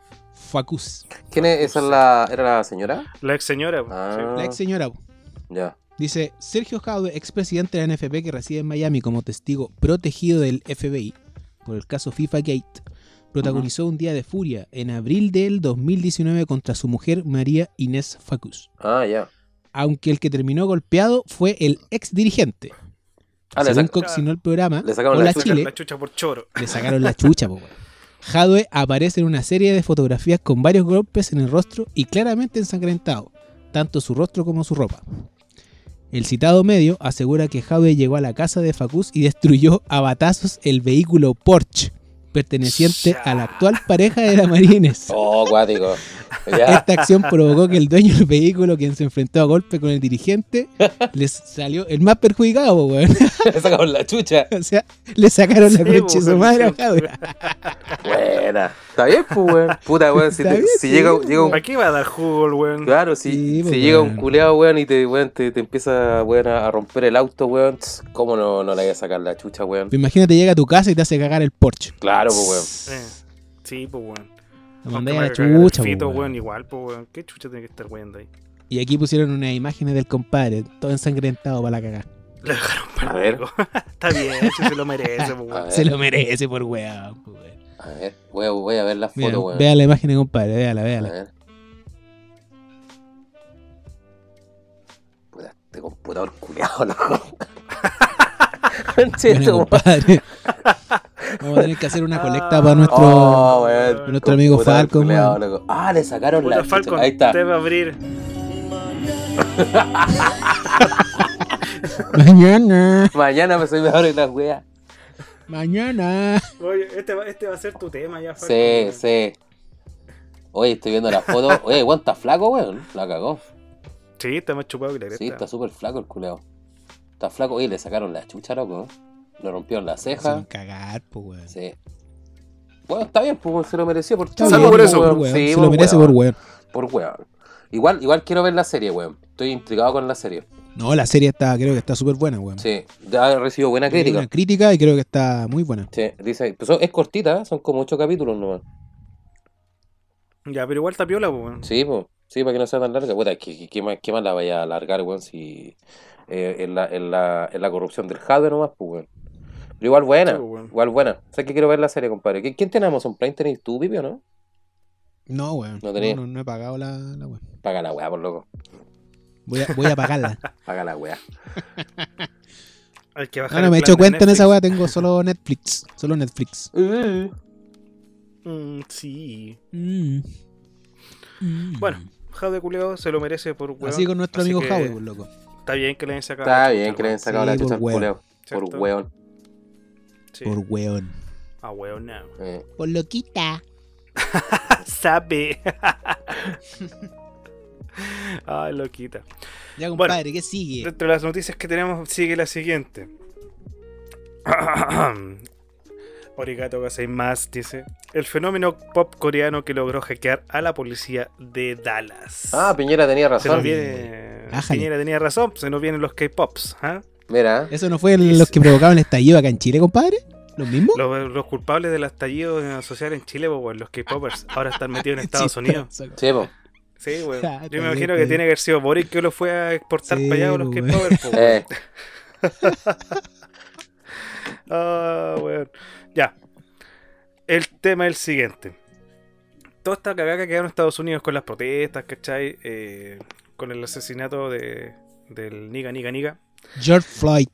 S3: Facus.
S2: ¿Quién es? ¿Esa es la, era la señora?
S1: La ex señora.
S2: Ah.
S3: La ex señora.
S2: Ya.
S3: Dice, Sergio Jaude, expresidente de la NFP que reside en Miami como testigo protegido del FBI por el caso FIFA Gate, protagonizó un día de furia en abril del 2019 contra su mujer María Inés Facus.
S2: Ah, ya.
S3: Aunque el que terminó golpeado fue el ex dirigente,
S2: Ah, le,
S3: Según
S2: sac-
S3: cocinó el programa,
S2: le sacaron
S3: Hola
S2: la
S1: Sacan
S3: Chile,
S1: la chucha por choro.
S3: le sacaron la chucha, po, weón. Jadwe aparece en una serie de fotografías con varios golpes en el rostro y claramente ensangrentado, tanto su rostro como su ropa. El citado medio asegura que Jadwe llegó a la casa de Facus y destruyó a batazos el vehículo Porsche, perteneciente a la actual pareja de la Marines.
S2: *laughs* Oh, cuático.
S3: *laughs*
S2: Ya.
S3: Esta acción provocó que el dueño del vehículo, quien se enfrentó a golpe con el dirigente, les salió el más perjudicado, po, weón.
S2: Le sacaron la chucha.
S3: *laughs* O sea, le sacaron
S1: Sí,
S3: la concha
S1: weón,
S3: de su madre a
S1: sí.
S3: Jadwe.
S2: Buena. Está bien, pues, weón. Puta, weón. Si,
S3: Está
S2: te-
S3: bien,
S2: si
S3: sí,
S2: llega,
S3: weón.
S2: llega un
S1: Aquí va a dar jugo el weón.
S2: Claro, si,
S3: Sí, pues,
S2: si llega un
S3: weón.
S2: culeado, weón, y te, weón, te, te empieza, weón, a a romper el auto, weón, tss, ¿cómo no, no le voy a sacar la chucha, weón?
S3: Pero imagínate, llega a tu casa y te hace cagar el Porsche.
S2: Claro, pues, weón.
S1: Eh, sí, pues weón.
S3: Te
S1: Aunque
S3: mandáis a
S1: me
S3: la
S1: haga cagar el
S3: chucha, po,
S1: fito,
S3: weón.
S1: weón, igual, pues weón. ¿Qué chucha tiene que estar weando ahí?
S3: Y aquí pusieron unas imágenes del compadre, todo ensangrentado para la cagada.
S1: Le dejaron
S2: A
S1: para
S2: ver.
S1: algo. Está bien, si se lo merece, pues
S2: *laughs* A
S1: weón.
S2: ver.
S3: Se lo merece por weón. po, weón.
S2: A ver, voy a, voy a ver la
S3: Mira,
S2: foto, weón.
S3: vea la imagen, compadre, véala,
S2: A *laughs*
S3: véala.
S2: ver. Puta, este computador culeado, *laughs* loco. Conche
S3: Buena,
S2: tu madre. *laughs*
S3: compadre. Vamos a tener que hacer una colecta para nuestro.
S2: Oh, weón.
S3: nuestro amigo
S2: Computador
S3: Falcon,
S2: culeado,
S3: weón.
S2: loco. Ah, le sacaron
S1: Puta
S2: la.
S1: Falcon,
S2: Ahí está.
S1: te va a abrir.
S3: Mañana.
S2: Mañana me soy mejor en
S1: *laughs*
S2: las weas.
S3: Mañana.
S1: Oye, este va, este va a ser tu tema ya, Falcon.
S2: Sí, sí. Oye, estoy viendo la foto.
S1: *laughs*
S2: Oye, weón, está flaco, weón. La cagó.
S1: Sí, está más chupado que la
S2: Sí,
S1: cresta.
S2: está súper flaco el culeo. Está flaco. Oye, le sacaron la chucha, loco. Le rompieron la
S3: Se van
S2: ceja.
S3: a cagar, po, weón.
S2: Sí. Bueno, está bien, pues se lo mereció por
S3: Está
S1: Salvo
S3: bien,
S1: por
S3: po,
S1: eso.
S3: weón.
S2: weón. Sí,
S3: Se lo merece por weón.
S2: Por weón. Igual, igual quiero ver la serie, weón. Estoy intrigado con la serie.
S3: No, la serie está, creo que está súper buena, weón.
S2: Sí, ya recibido buena
S3: Tiene
S2: crítica.
S3: Una crítica y creo que está muy buena.
S2: Sí, dice ahí. Pues son- es cortita, ¿eh? son como ocho capítulos nomás.
S1: Ya, pero igual está piola, po, weón.
S2: Sí, pues. Sí, para que no sea tan larga. Puta, ¿qué, qué- qué más, qué más la vaya a alargar, weón? Si. eh, en, la, en, la, en la corrupción del hardware nomás, pues, weón. Pero igual buena.
S1: Sí, pues, weón.
S2: Igual buena. O sea que quiero ver la serie, compadre. ¿Qui- ¿Quién tenemos? ¿Un Prime tenéis tú, Pipi, o no?
S3: No, weón.
S2: No tenía.
S3: No, no, no he pagado la, la weón.
S2: Paga la weá, por loco.
S3: Voy a, voy
S1: *laughs*
S3: a pagarla.
S2: Paga la weá.
S1: Hay que bajar
S3: No, no,
S1: el
S3: me he
S1: plan
S3: hecho
S1: de
S3: cuenta en esa
S1: Netflix.
S3: weá, tengo solo Netflix. Solo Netflix.
S1: Uh. Mm, sí.
S3: Mm. Mm.
S1: Bueno, Jade Culeo se lo merece por weón.
S3: así con nuestro amigo
S1: que
S3: Howie, pues, loco.
S1: Está bien que le hayan sacado.
S2: Está
S1: la
S2: bien
S1: chucha,
S2: que le han
S1: weón.
S2: sacado
S3: Sí,
S2: la
S3: por
S2: chucha al
S3: weón.
S2: culeo. Por
S1: ¿Cierto?
S2: weón.
S1: Sí.
S3: Por weón.
S1: Ah, weón,
S3: *laughs*
S1: no. *laughs*
S2: Eh,
S3: Por loquita.
S1: Sabe. Ay, loquita.
S3: Ya,
S1: Bueno.
S3: compadre, ¿qué sigue?
S1: Dentro de las noticias que tenemos sigue la siguiente. *coughs* Origato Gasei más dice el fenómeno pop coreano que logró hackear a la policía de Dallas.
S2: Ah, Piñera tenía
S1: se nos
S2: razón.
S1: viene.
S3: Ájale.
S1: Piñera tenía razón, se nos vienen los K-pops. ¿ah?
S2: Mira,
S3: ¿Eso no fue
S1: Es-
S3: los que provocaron el estallido acá en Chile, compadre? ¿Los mismos?
S1: Los, los culpables del estallido social en Chile, pues, weón, los K-popers, ahora están
S3: *laughs*
S1: metidos en Estados Unidos.
S2: sí,
S1: eh,
S2: po.
S1: Sí, weón.
S3: Ah, está
S1: Yo me
S3: bien,
S1: imagino
S3: está
S1: que
S3: bien.
S1: tiene que haber sido Boric que lo fue a exportar
S3: Sí,
S1: para allá o los
S3: pues,
S1: K-popers. pues, weón.
S2: *laughs* Eh,
S1: Ah, weón. Ya. El tema es el siguiente. Toda esta cagada que quedaron en Estados Unidos con las protestas, ¿cachai? Eh, con el asesinato de, del Niga Niga Niga,
S3: George Floyd.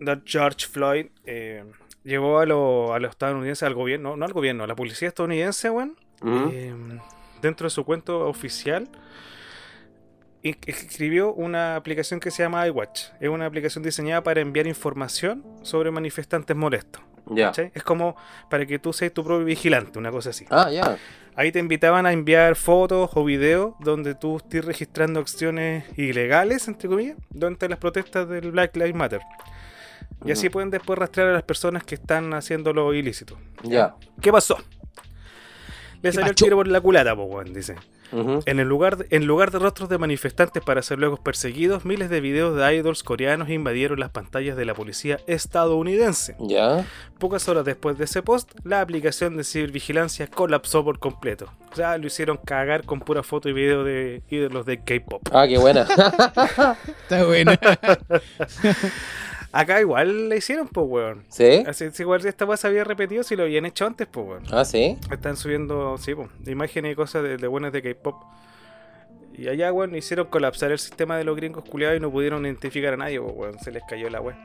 S1: de George Floyd, eh, llevó a, lo- a los estadounidenses, al gobierno, no, al gobierno, a la policía estadounidense, weón,
S2: mm,
S1: eh, dentro de su cuento oficial, in- escribió una aplicación que se llama iWatch. Es una aplicación diseñada para enviar información sobre manifestantes molestos.
S2: ya.
S1: ¿cachai? Es como para que tú seas tu propio vigilante, una cosa así.
S2: Ah, ya.
S1: Ahí te invitaban a enviar fotos o videos donde tú estés registrando acciones ilegales, entre comillas, durante las protestas del Black Lives Matter. Y así pueden después rastrear a las personas que están haciendo lo ilícito.
S2: Ya.
S1: ¿Qué pasó? Le
S3: ¿Qué
S1: salió el
S3: pacho?
S1: tiro por la culata, po, weón, dice.
S2: ujú.
S1: En, el lugar de, en lugar de rostros de manifestantes para ser luego perseguidos, miles de videos de idols coreanos invadieron las pantallas de la policía estadounidense.
S2: Ya.
S1: Pocas horas después de ese post, la aplicación de cibervigilancia colapsó por completo. O sea, lo hicieron cagar con pura foto y video de ídolos de K-pop.
S2: Ah, qué buena. *laughs*
S1: *laughs*
S3: Está bueno.
S1: Acá igual le hicieron, pues, weón.
S2: ¿Sí?
S1: Así es, igual esta weá se había repetido si lo habían hecho antes, pues, weón.
S2: Ah, sí.
S1: Están subiendo, sí, po, imágenes y cosas de, de buenas de K-pop. Y allá, weón, hicieron colapsar el sistema de los gringos culiados y no pudieron identificar a nadie, po, weón. Se les cayó la weón.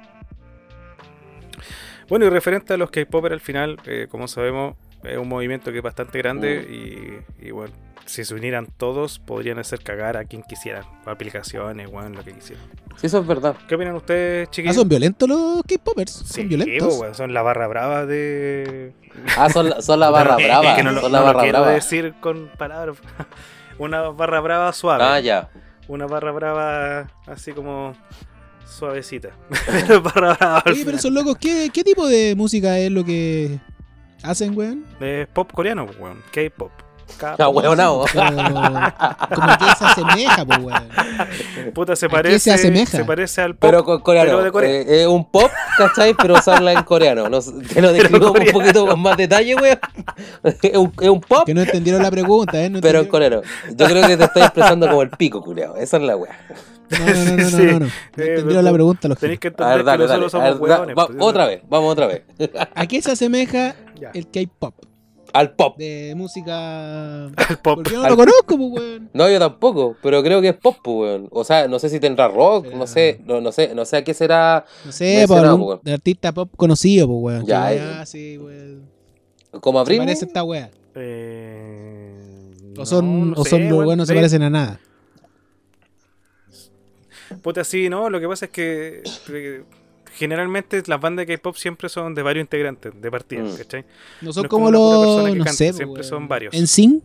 S1: Bueno, y referente a los K-popers al final, eh, como sabemos, es un movimiento que es bastante grande
S3: Mm.
S1: y, y, bueno, si se unieran todos, podrían hacer cagar a quien quisieran. Aplicaciones, weón, lo que quisieran.
S2: Sí, eso es verdad.
S1: ¿Qué opinan ustedes,
S3: Ah,
S1: chiquillos?
S3: son violentos los K-popers.
S1: Sí,
S3: Son
S1: po,
S3: violentos.
S1: weón, son la barra brava de,
S2: Ah, son la, son la barra
S1: no, es
S2: brava.
S1: que no lo,
S2: son la
S1: no lo
S2: barra
S1: quiero
S2: brava.
S1: decir con palabras. *laughs* Una barra brava suave.
S2: Ah, ya.
S1: Una barra brava así como suavecita. *laughs* Pero barra brava *laughs* al
S3: Oye, pero
S1: final.
S3: esos locos, ¿qué, ¿qué tipo de música es lo que hacen, weón?
S1: Es pop coreano, pues, weón. K-pop. K-
S2: Ah, weón, no.
S3: Pero, como que se asemeja, pues, weón.
S1: Puta, se
S3: ¿A qué
S1: parece,
S3: se asemeja?
S1: parece al pop.
S2: Pero con coreano.
S1: Pero de Corea.
S2: Eh, es un pop, ¿cachai? Pero se habla en coreano. No, sé,
S1: *laughs*
S2: te lo describo un
S1: coreano.
S2: poquito con más detalle, weón. *laughs* Es un, es un pop,
S3: Que no entendieron la pregunta, ¿eh? No
S2: pero en
S3: entendieron-
S2: coreano. Yo creo que te estás expresando como el pico, culiao. Esa es la weá.
S3: No, no, no,
S1: *laughs*
S3: no,
S1: Sí,
S3: no, no. No entendieron la pregunta, los
S1: Tenéis que
S2: A
S1: entender
S2: ver, dale,
S1: que
S2: dale.
S1: nosotros
S2: a ver,
S1: somos
S2: da-
S1: weones.
S2: va-
S1: pues,
S2: otra vez, vamos otra vez.
S3: ¿A qué se asemeja
S1: ya.
S3: el K-pop?
S2: *laughs* Al pop.
S3: de música.
S1: Al *laughs* pop.
S3: Porque yo no
S2: Al-
S3: lo conozco, pues, weón.
S2: No, yo tampoco, pero creo que es pop, pues, weón. O sea, no sé si tendrá rock, no sé, no, no sé, no sé a qué será.
S3: No sé,
S2: Me
S3: por
S2: suena,
S3: algún
S2: weón.
S3: artista pop conocido, pues, weón.
S2: Ya,
S3: Que,
S2: eh.
S3: ah, sí, weón.
S2: Como a
S3: Se
S2: Britney?
S3: parece esta wea.
S1: Eh,
S3: O son,
S1: no, no
S3: o
S1: sé,
S3: son los
S1: weón.
S3: weones no se
S1: Sí,
S3: parecen a nada.
S1: Puta, sí, no, lo que pasa es que eh, generalmente las bandas de K-pop siempre son de varios integrantes de partida,
S2: Mm.
S1: ¿cachai?
S3: No son
S1: No es
S3: como,
S1: como una pura
S3: los.
S1: persona que
S3: no
S1: canta,
S3: sé,
S1: siempre
S3: weón.
S1: son varios.
S3: En Sing.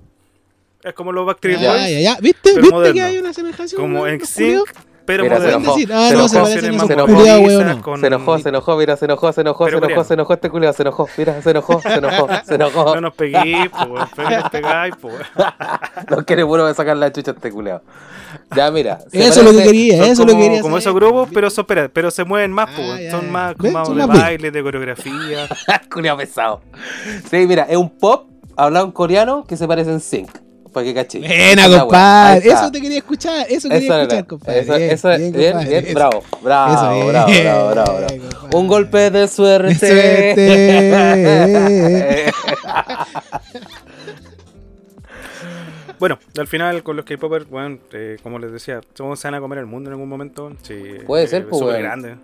S1: Es como los Backstreet
S3: Ya,
S1: Boys,
S3: ya, ya. ¿Viste?
S1: pero
S3: ¿Viste que
S1: moderno.
S3: hay una semejanza?
S1: como
S3: weón,
S1: en
S3: los culiaos?
S1: Sync, pero
S2: Mira, se
S1: moderno.
S2: enojó,
S3: Sí, Ah,
S2: se
S3: no,
S2: enojó,
S3: se
S2: se
S3: parecen a esos
S2: enojó.
S3: culiados, weón.
S1: con-
S2: Se enojó, se enojó, mira, se enojó, se enojó,
S1: Pero
S2: se enojó,
S1: coreano.
S2: se enojó este culiao, se enojó, mira, se enojó, se
S1: *laughs*
S2: enojó, se enojó.
S1: No nos peguéis, po, weón, pero nos pegáis, po,
S2: *laughs*
S1: weón.
S2: No quiere puro sacar la chucha a este culiao. Ya, mira. se
S3: Eso es lo que
S2: parece-
S3: quería,
S1: Son
S3: eso es lo
S1: como,
S3: que quería.
S1: como esos
S3: saber.
S1: grupos, pero son, espera, pero se mueven más, po,
S3: Ah,
S1: weón.
S3: ya, ya.
S1: son más,
S3: Ven,
S1: más
S3: son
S1: de
S3: más bien.
S1: baile, de coreografía.
S2: *laughs* Culiao pesado. Sí, mira, es un pop hablado en coreano que se parece en sync. Para que caché.
S3: Buena, compadre. Eso te quería escuchar. Eso quería escuchar, compadre.
S2: Eso,
S3: Bien,
S2: eso-
S3: bien,
S2: bien,
S3: compadre,
S2: bien,
S3: eso.
S2: bravo, bravo,
S3: Eso,
S2: bravo,
S3: bien,
S2: bravo, bravo, bravo.
S3: compadre.
S2: Un golpe de suerte.
S3: Suerte.
S1: Bueno, al final con los K-Popers, weón, eh, como les decía, somos- se van a comer el mundo en algún momento. Sí,
S2: Puede ser, po,
S1: súper
S2: weón.
S1: grande.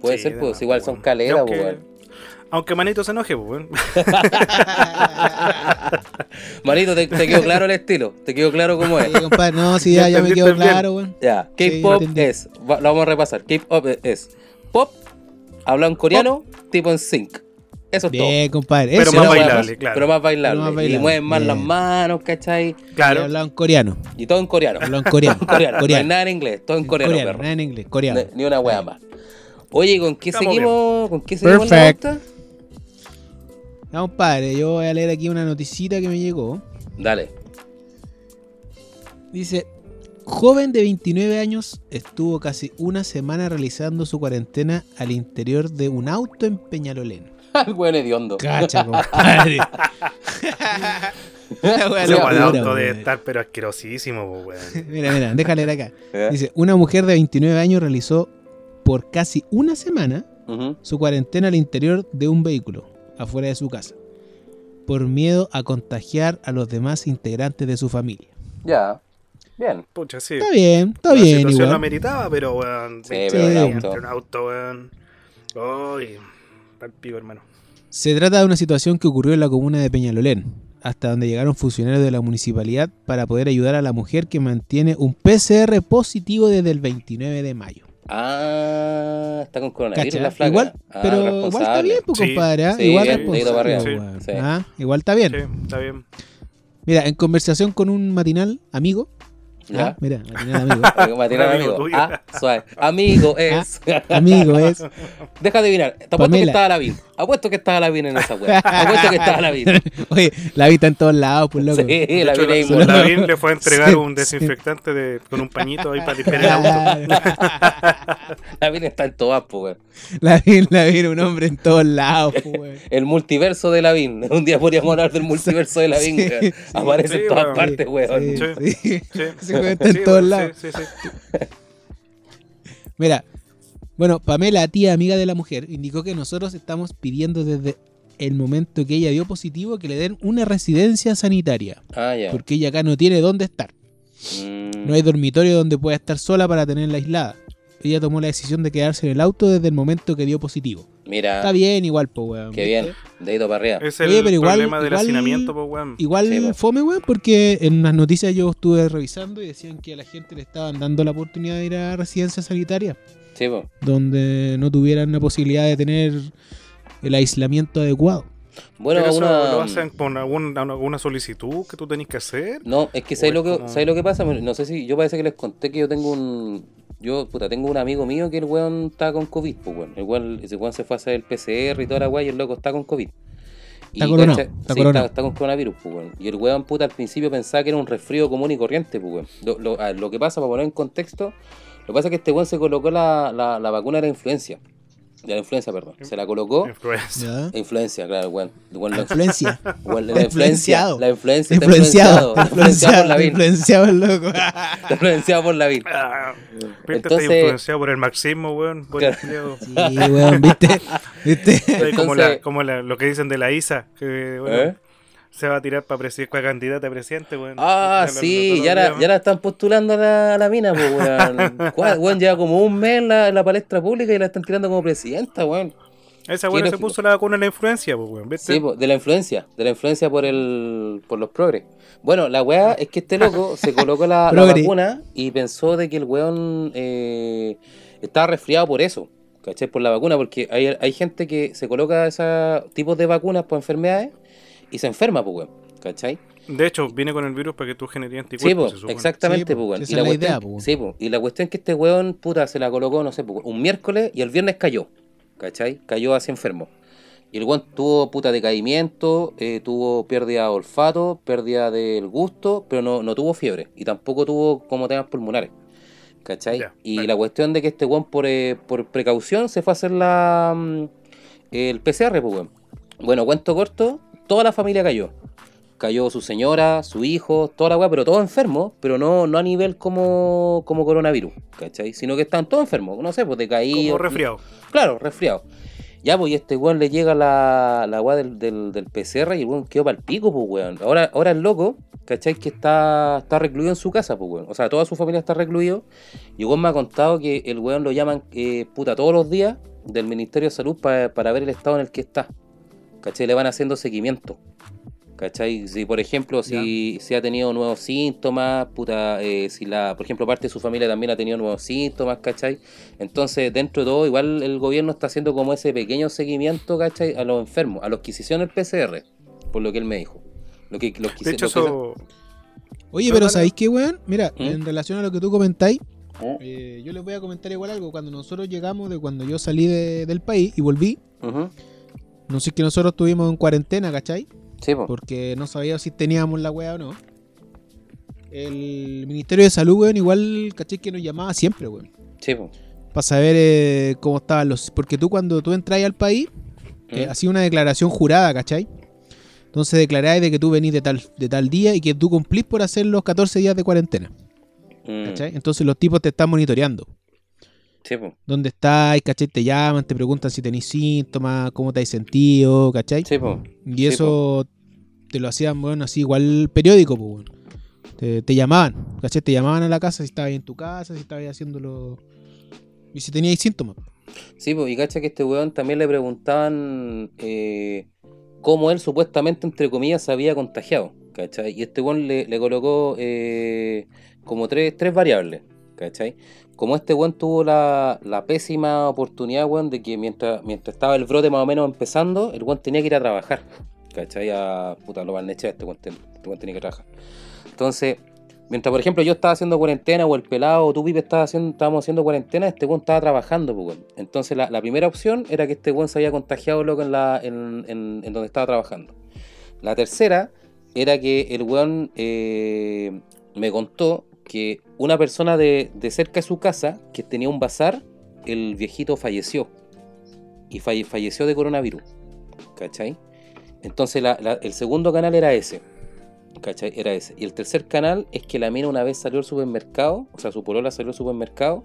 S2: Puede
S1: Sí,
S2: ser,
S1: de
S2: pues,
S1: más,
S2: igual
S1: po,
S2: son
S1: weón. Y
S2: caleras, po,
S1: aunque,
S2: weón.
S1: aunque Manito se enoje, po, weón.
S2: *laughs* Manito, te, te quedó claro el estilo. Te quedó claro cómo es.
S3: Sí, compadre,
S1: *laughs*
S3: no, sí, ya, ya me
S1: Entendiste
S3: quedó
S1: bien.
S3: claro, weón.
S2: Ya,
S3: Sí,
S2: K-pop
S3: entendí.
S2: es, va- lo vamos a repasar. K-pop es pop, hablado en coreano, tipo en sync. Eso es todo.
S3: Bien, compadre.
S1: Pero
S3: Eso,
S1: más
S2: Una hueá
S1: bailable, claro.
S2: Pero más bailable.
S3: Pero más bailable,
S2: Y mueven más las
S3: bien.
S2: manos, ¿cachai?
S1: *laughs*
S3: Claro.
S1: Claro,
S3: Hablado en coreano.
S2: Y todo en coreano.
S3: Hablado en
S2: *laughs*
S3: coreano.
S2: coreano. No hay
S3: coreano.
S2: nada en inglés, todo en coreano, perro.
S3: nada en inglés. Coreano.
S2: Ni- Ni una wea más. Oye, ¿con qué
S1: Estamos
S2: seguimos? ¿Con qué seguimos la
S3: Perfect.
S2: pauta?
S3: No, compadre, yo voy a leer aquí una noticita que me llegó.
S2: Dale. *laughs*
S3: Dice, joven de 29 años estuvo casi una semana realizando su cuarentena al interior de un auto en
S2: *laughs*
S3: Peñalolén.
S2: El weón hediondo. *laughs*
S3: Cacha, compadre. La
S1: ese
S3: wea
S2: Pero
S1: weón
S3: locura,
S1: auto debe
S3: weón.
S1: estar pero asquerosísimo, po, weón.
S3: *laughs* Mira, mira, déjale leer acá.
S2: ¿Eh?
S3: Dice, una mujer de 29 años realizó por casi una semana
S2: Ujú.
S3: su cuarentena al interior de un vehículo, afuera de su casa, por miedo a contagiar a los demás integrantes de su familia.
S2: Ya. Bien.
S1: Pucha, sí.
S3: Está bien, está
S1: La
S3: bien
S1: situación no
S3: igual.
S1: meritaba, pero, weón.
S2: Sí,
S1: veinte
S3: pero el
S1: días
S2: auto.
S1: entre un auto, weón. Uy, está el pico, hermano.
S3: Se trata de una situación que ocurrió en la comuna de Peñalolén, hasta donde llegaron funcionarios de la municipalidad para poder ayudar a la mujer que mantiene un PCR positivo desde el 29 de mayo.
S2: Ah, está con coronavirus
S3: Cacha,
S2: la flaca.
S3: Igual,
S2: Ah,
S3: pero igual está
S2: responsable.
S3: bien, pues,
S1: Sí,
S3: compadre. ¿ah?
S2: sí,
S3: igual
S1: bien,
S3: responsable,
S1: negro barriga,
S3: weón,
S2: sí.
S3: ¿ah? Igual está bien.
S1: Sí, está bien.
S3: Mira, en conversación con un matinal amigo.
S2: Ya.
S3: Ah, mira,
S2: *laughs*
S3: matinal amigo. Ah.
S2: Matías,
S1: Amigo
S2: amigo.
S1: tuyo.
S2: Ah, suave. Amigo es. *laughs*
S3: amigo es.
S2: Deja de adivinar. Te apuesto que
S3: Pamela.
S2: estaba Lavín. Apuesto que estaba Lavín en esa wea. Apuesto que
S3: *laughs*
S2: estaba Lavín.
S3: Oye, la vi está en todos lados, pues loco.
S2: Sí,
S1: De hecho,
S2: Lavín es
S1: la-
S2: inmortal.
S1: Lavín le fue a entregar
S3: Sí, Ah,
S1: un
S3: sí.
S1: desinfectante de- con un pañito ahí
S3: *laughs*
S1: para limpiar el auto.
S3: Claro.
S2: Lavín está en todas, pues, weón.
S3: La vi, la vi, era un hombre en todos lados, pues. weón.
S2: El multiverso de Lavín. *laughs* Un día podríamos hablar del multiverso de Lavín.
S3: Sí,
S2: weón.
S3: sí.
S2: Aparece
S1: Sí,
S2: en todas
S1: weón.
S2: partes, weón.
S3: Sí,
S1: Sí.
S3: sí.
S1: Sí.
S3: *laughs* Se cuenta en
S1: Sí,
S3: todos
S1: sí,
S3: lados.
S1: sí, sí.
S3: Mira, bueno, Pamela, tía amiga de la mujer, indicó que nosotros estamos pidiendo desde el momento que ella dio positivo que le den una residencia sanitaria,
S2: Ah, ya.
S3: porque ella acá no tiene dónde estar.
S2: Mm,
S3: No hay dormitorio donde pueda estar sola para tenerla aislada. Ella tomó la decisión de quedarse en el auto desde el momento que dio positivo. Está
S2: Mira,
S3: bien, igual, pues, weón.
S2: Ah. qué
S3: ¿viste?
S2: bien. Dedito para arriba.
S1: Es el
S3: Oye, pero igual-
S1: problema del
S3: igual-
S1: hacinamiento, pues, weón.
S3: Igual
S2: Sí, po.
S3: fome, weón, porque en las noticias yo estuve revisando y decían que a la gente le estaban dando la oportunidad de ir a residencias sanitarias
S2: Sí, po.
S3: donde no tuvieran la posibilidad de tener el aislamiento adecuado.
S2: Bueno,
S1: Pero eso
S2: una-
S1: lo hacen con algún- alguna solicitud que tú tenés que hacer.
S2: No, es que ¿sabes
S1: O
S2: lo
S1: es
S2: que,
S1: como-
S2: ¿sabes lo que pasa? No sé si yo parece que les conté que yo tengo un... Yo, puta, tengo un amigo mío que el weón está con COVID, pues, weón. El weón, ese weón se fue a hacer el PCR y toda la weá y el loco está con COVID. Y,
S3: Está coronado,
S2: cacha-
S3: está
S2: sí, Está,
S3: coronado.
S2: está con coronavirus, pues, weón. Y el weón, puta, al principio pensaba que era un resfrío común y corriente, pues, weón. Lo, lo- a- lo que pasa, para poner en contexto, lo que pasa es que este weón se colocó la, la, la vacuna de la influencia. De la influenza, perdón. Se la colocó.
S1: Influenza.
S3: ¿ya?
S2: Influencia, claro, weón. El weón
S3: *laughs*
S2: lo-
S3: Influencia.
S2: bueno,
S3: Está
S2: la influencia,
S3: influenciado.
S2: la influencia *laughs* está
S3: Influenciado.
S2: influenciado, influenciado por la
S3: Influenciado, influenciado el loco. *laughs*
S2: Está influenciado por la vida.
S1: Ah, viste,
S2: Entonces-
S1: está influenciado por el marxismo, weón. por el creo.
S3: Sí, weón, ¿viste? ¿Viste?
S1: Está ahí como
S2: Entonces-
S1: la- como la- lo que dicen de la ISA. Que, bueno,
S2: ¿Eh?
S1: Se va a tirar para presi- para candidata a presidente, weón. Este
S2: Ah,
S1: Lo- lo- lo-
S2: sí,
S1: lo-
S2: ya
S1: lo-
S2: la, ya la están postulando a la, a la mina, pues, weón. ¿Cuál- weón, lleva como un mes en la, en la palestra pública y la están tirando como presidenta, weón.
S1: Esa weón se
S2: Quiero-
S1: puso la vacuna en la influencia, pues, weón. ¿viste?
S2: Sí, po, de la influencia, de la influencia por el por los progres. Bueno, la weá es que este loco se colocó la, la
S3: Progre.
S2: vacuna y pensó de que el weón eh, estaba resfriado por eso, ¿cachai? Por la vacuna, porque hay, hay gente que se coloca esos tipos de vacunas por enfermedades y se enferma, pues, weón, ¿cachai?
S1: De hecho, viene con el virus para que tú generes
S2: Sí,
S1: anticuerpos.
S2: po,
S1: pues, se supone.
S2: exactamente,
S3: Sí, po,
S2: pues, weón.
S3: esa
S2: Y
S3: es
S2: la
S3: la
S2: cuestión-
S3: idea, po, weón.
S2: sí, po, y la cuestión es que este weón, puta, se la colocó, no sé, po, un miércoles y el viernes cayó, ¿cachai? Cayó así enfermo. Y el weón tuvo, puta, decaimiento, eh, tuvo pérdida de olfato, pérdida del gusto, pero no, no tuvo fiebre y tampoco tuvo como temas pulmonares. ¿Cachai?
S1: Ya,
S2: y
S1: vale.
S2: la cuestión de que este weón por, eh, por precaución se fue a hacer la mm, el PCR, pues weón. Bueno, cuento corto, toda la familia cayó. Cayó su señora, su hijo, toda la weá, pero todos enfermos, pero no, no a nivel como, como coronavirus, ¿cachai? Sino que están todos enfermos, no sé, pues
S1: Como
S2: decaídos.
S1: resfriado.
S2: Claro, resfriado. Ya, pues, y este weón le llega la, la weá del, del, del PCR y el weón quedó para el pico, pues, weón. Ahora, ahora el loco, ¿cachai? Que está, está recluido en su casa, pues, weón. O sea, toda su familia está recluido. Y el weón me ha contado que el weón lo llaman, eh, puta, todos los días del Ministerio de Salud pa- para ver el estado en el que está. ¿Cachai? Le van haciendo seguimiento. ¿Cachai? Si, por ejemplo, si, si ha tenido nuevos síntomas, puta, eh, si la, por ejemplo, parte de su familia también ha tenido nuevos síntomas, ¿cachai? Entonces, dentro de todo, igual el gobierno está haciendo como ese pequeño seguimiento, ¿cachai? A los enfermos, a los que se hicieron el PCR, por lo que él me dijo. Lo que, los que
S1: De hecho,
S2: lo que-
S1: eso.
S3: Oye,
S1: Pero
S3: pero
S1: dale.
S3: ¿sabéis qué, weón? Mira,
S2: ¿Mm?
S3: en relación a lo que tú comentáis,
S2: ¿Eh?
S3: eh, yo les voy a comentar igual algo. Cuando nosotros llegamos, de cuando yo salí de- del país y volví,
S2: Ujú.
S3: no sé que nosotros estuvimos en cuarentena, ¿cachai?
S2: Sí, po.
S3: Porque no sabía si teníamos la weá o no. El Ministerio de Salud, weón, igual, ¿cachai? Que nos llamaba siempre, weón.
S2: Sí, po.
S3: Para saber eh, cómo estaban los... Porque tú cuando tú entráis al país, eh,
S2: ¿Mm?
S3: hacía una declaración jurada, ¿cachai? Entonces declaráis de que tú venís de tal, de tal día y que tú cumplís por hacer los 14 días de cuarentena,
S2: Mm.
S3: ¿cachai? Entonces los tipos te están monitoreando.
S2: Sí, po.
S3: ¿Dónde estáis? ¿Cachai? Te llaman, te preguntan si tenéis síntomas, cómo te has sentido, ¿cachai?
S2: Sí, po.
S3: Y eso te lo hacían, bueno, así igual periódico, pues, bueno. Te, te llamaban, ¿cachai? Te llamaban a la casa si estabas en tu casa, si estabas haciéndolo... Y si teníais síntomas.
S2: Sí, pues, y cacha que este weón también le preguntaban eh, cómo él supuestamente, entre comillas, se había contagiado, ¿cachai? Y este weón le, le colocó eh, como tres, tres variables, ¿cachai? Como este weón tuvo la, la pésima oportunidad, weón, de que mientras, mientras estaba el brote más o menos empezando, el weón tenía que ir a trabajar, ¿cachai? A puta, lo van a echar, este weón, ten- este weón tenía que trabajar. Entonces, mientras por ejemplo yo estaba haciendo cuarentena o el pelado o tú Pipe estaba haciendo, estábamos haciendo cuarentena, este weón estaba trabajando, pues, weón. Entonces la, la primera opción era que este weón se había contagiado loco en la, en, en- en donde estaba trabajando. La tercera era que el weón eh, me contó que una persona de, de cerca de su casa, que tenía un bazar, el viejito falleció. Y falle- falleció de coronavirus. ¿Cachai? Entonces la- la- el segundo canal era ese. ¿Cachai? Era ese. Y el tercer canal es que la mina una vez salió al supermercado, o sea, su polola salió al supermercado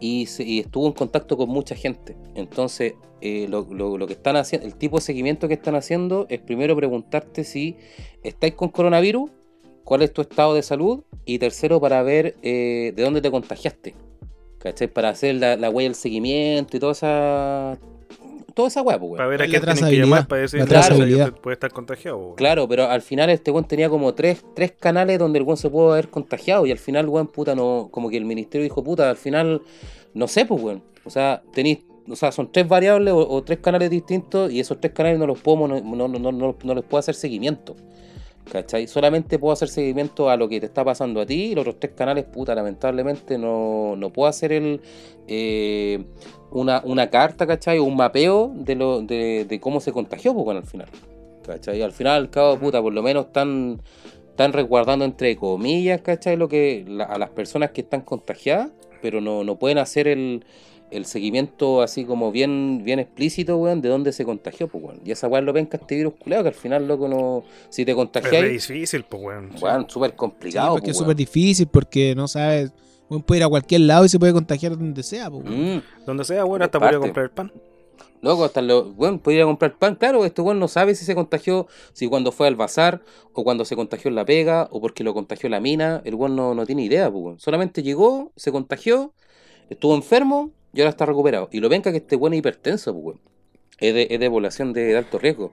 S2: y, se- y estuvo en contacto con mucha gente. Entonces, eh, lo, lo- lo que están haciendo, el tipo de seguimiento que están haciendo es primero preguntarte si estáis con coronavirus, cuál es tu estado de salud y tercero para ver eh, de dónde te contagiaste. ¿Cachai? Para hacer la, la huella del seguimiento y toda esa... Toda esa hueá, pues, weón.
S1: Para ver a
S3: La
S1: quién tienen que
S3: trazabilidad,
S1: llamar para decir
S3: la
S1: que usted
S3: trazabilidad.
S1: puede estar contagiado. weón.
S2: Claro, pero al final este weón tenía como tres, tres canales donde el weón se pudo haber contagiado y al final, weón, puta, no, como que el ministerio dijo, puta, al final, no sé, pues, weón. O sea, tenéis, o sea, son tres variables o, o tres canales distintos y esos tres canales no los puedo, mono- no, no, no, no, no les puedo hacer seguimiento. ¿Cachai? Solamente puedo hacer seguimiento a lo que te está pasando a ti y los otros tres canales, puta, lamentablemente no, no puedo hacer el... eh, una, una carta, ¿cachai? O un mapeo de, lo, de, de cómo se contagió, pues, bueno, al final. ¿Cachai? Al final, al cabo, puta, por lo menos están, están resguardando entre comillas, ¿cachai? Lo que, la- a las personas que están contagiadas, pero no, no pueden hacer el, el seguimiento así como bien, bien explícito, weón, de dónde se contagió, pues, weón. Y esa weón lo ven este virus culeado, que al final, loco, no. Si te
S1: Es re
S2: contagiáis,
S1: difícil, pues, weón. Sí.
S2: weón, súper complicado,
S3: porque
S2: pues,
S3: es súper
S2: weón.
S3: difícil, porque no sabes... Uno puede ir a cualquier lado y se puede contagiar donde sea, pues, weón.
S2: Mm,
S1: Donde sea, bueno, hasta
S2: Parte.
S1: podría comprar el pan.
S2: Loco, hasta lo, bueno, podía ir a comprar pan. Claro, este weón no sabe si se contagió, si cuando fue al bazar, o cuando se contagió en la pega, o porque lo contagió la mina. El weón no, no tiene idea, pues, weón. Solamente llegó, se contagió, estuvo enfermo y ahora está recuperado. Y lo venga que este weón es hipertenso, pues, weón. Es de, es de población de, de alto riesgo.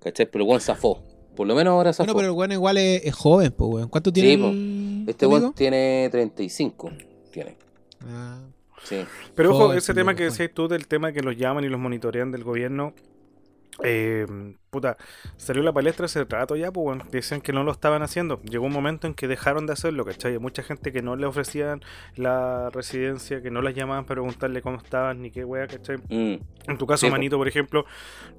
S2: ¿Cachai? Pero el weón zafó. Por lo menos ahora zafó.
S3: Bueno, pero el weón igual es, es joven, pues, weón. ¿Cuánto tiene?
S2: Sí,
S3: el-
S2: po. Este
S3: tu
S2: weón
S3: amigo?
S2: tiene 35. Tiene.
S3: Ah.
S2: Sí.
S1: Pero ojo,
S3: Joder,
S1: ese
S3: sí,
S1: tema
S3: loco,
S1: que
S3: joder.
S1: decías tú del tema que los llaman y los monitorean del gobierno. eh, puta, salió a la palestra ese rato ya, pues bueno, decían que no lo estaban haciendo. Llegó un momento en que dejaron de hacerlo, ¿cachai? Hay Mucha gente que no le ofrecían la residencia, que no las llamaban para preguntarle cómo estaban ni qué wea, ¿cachai?
S2: Mm.
S1: En tu caso,
S2: Sí, po.
S1: Manito, por ejemplo,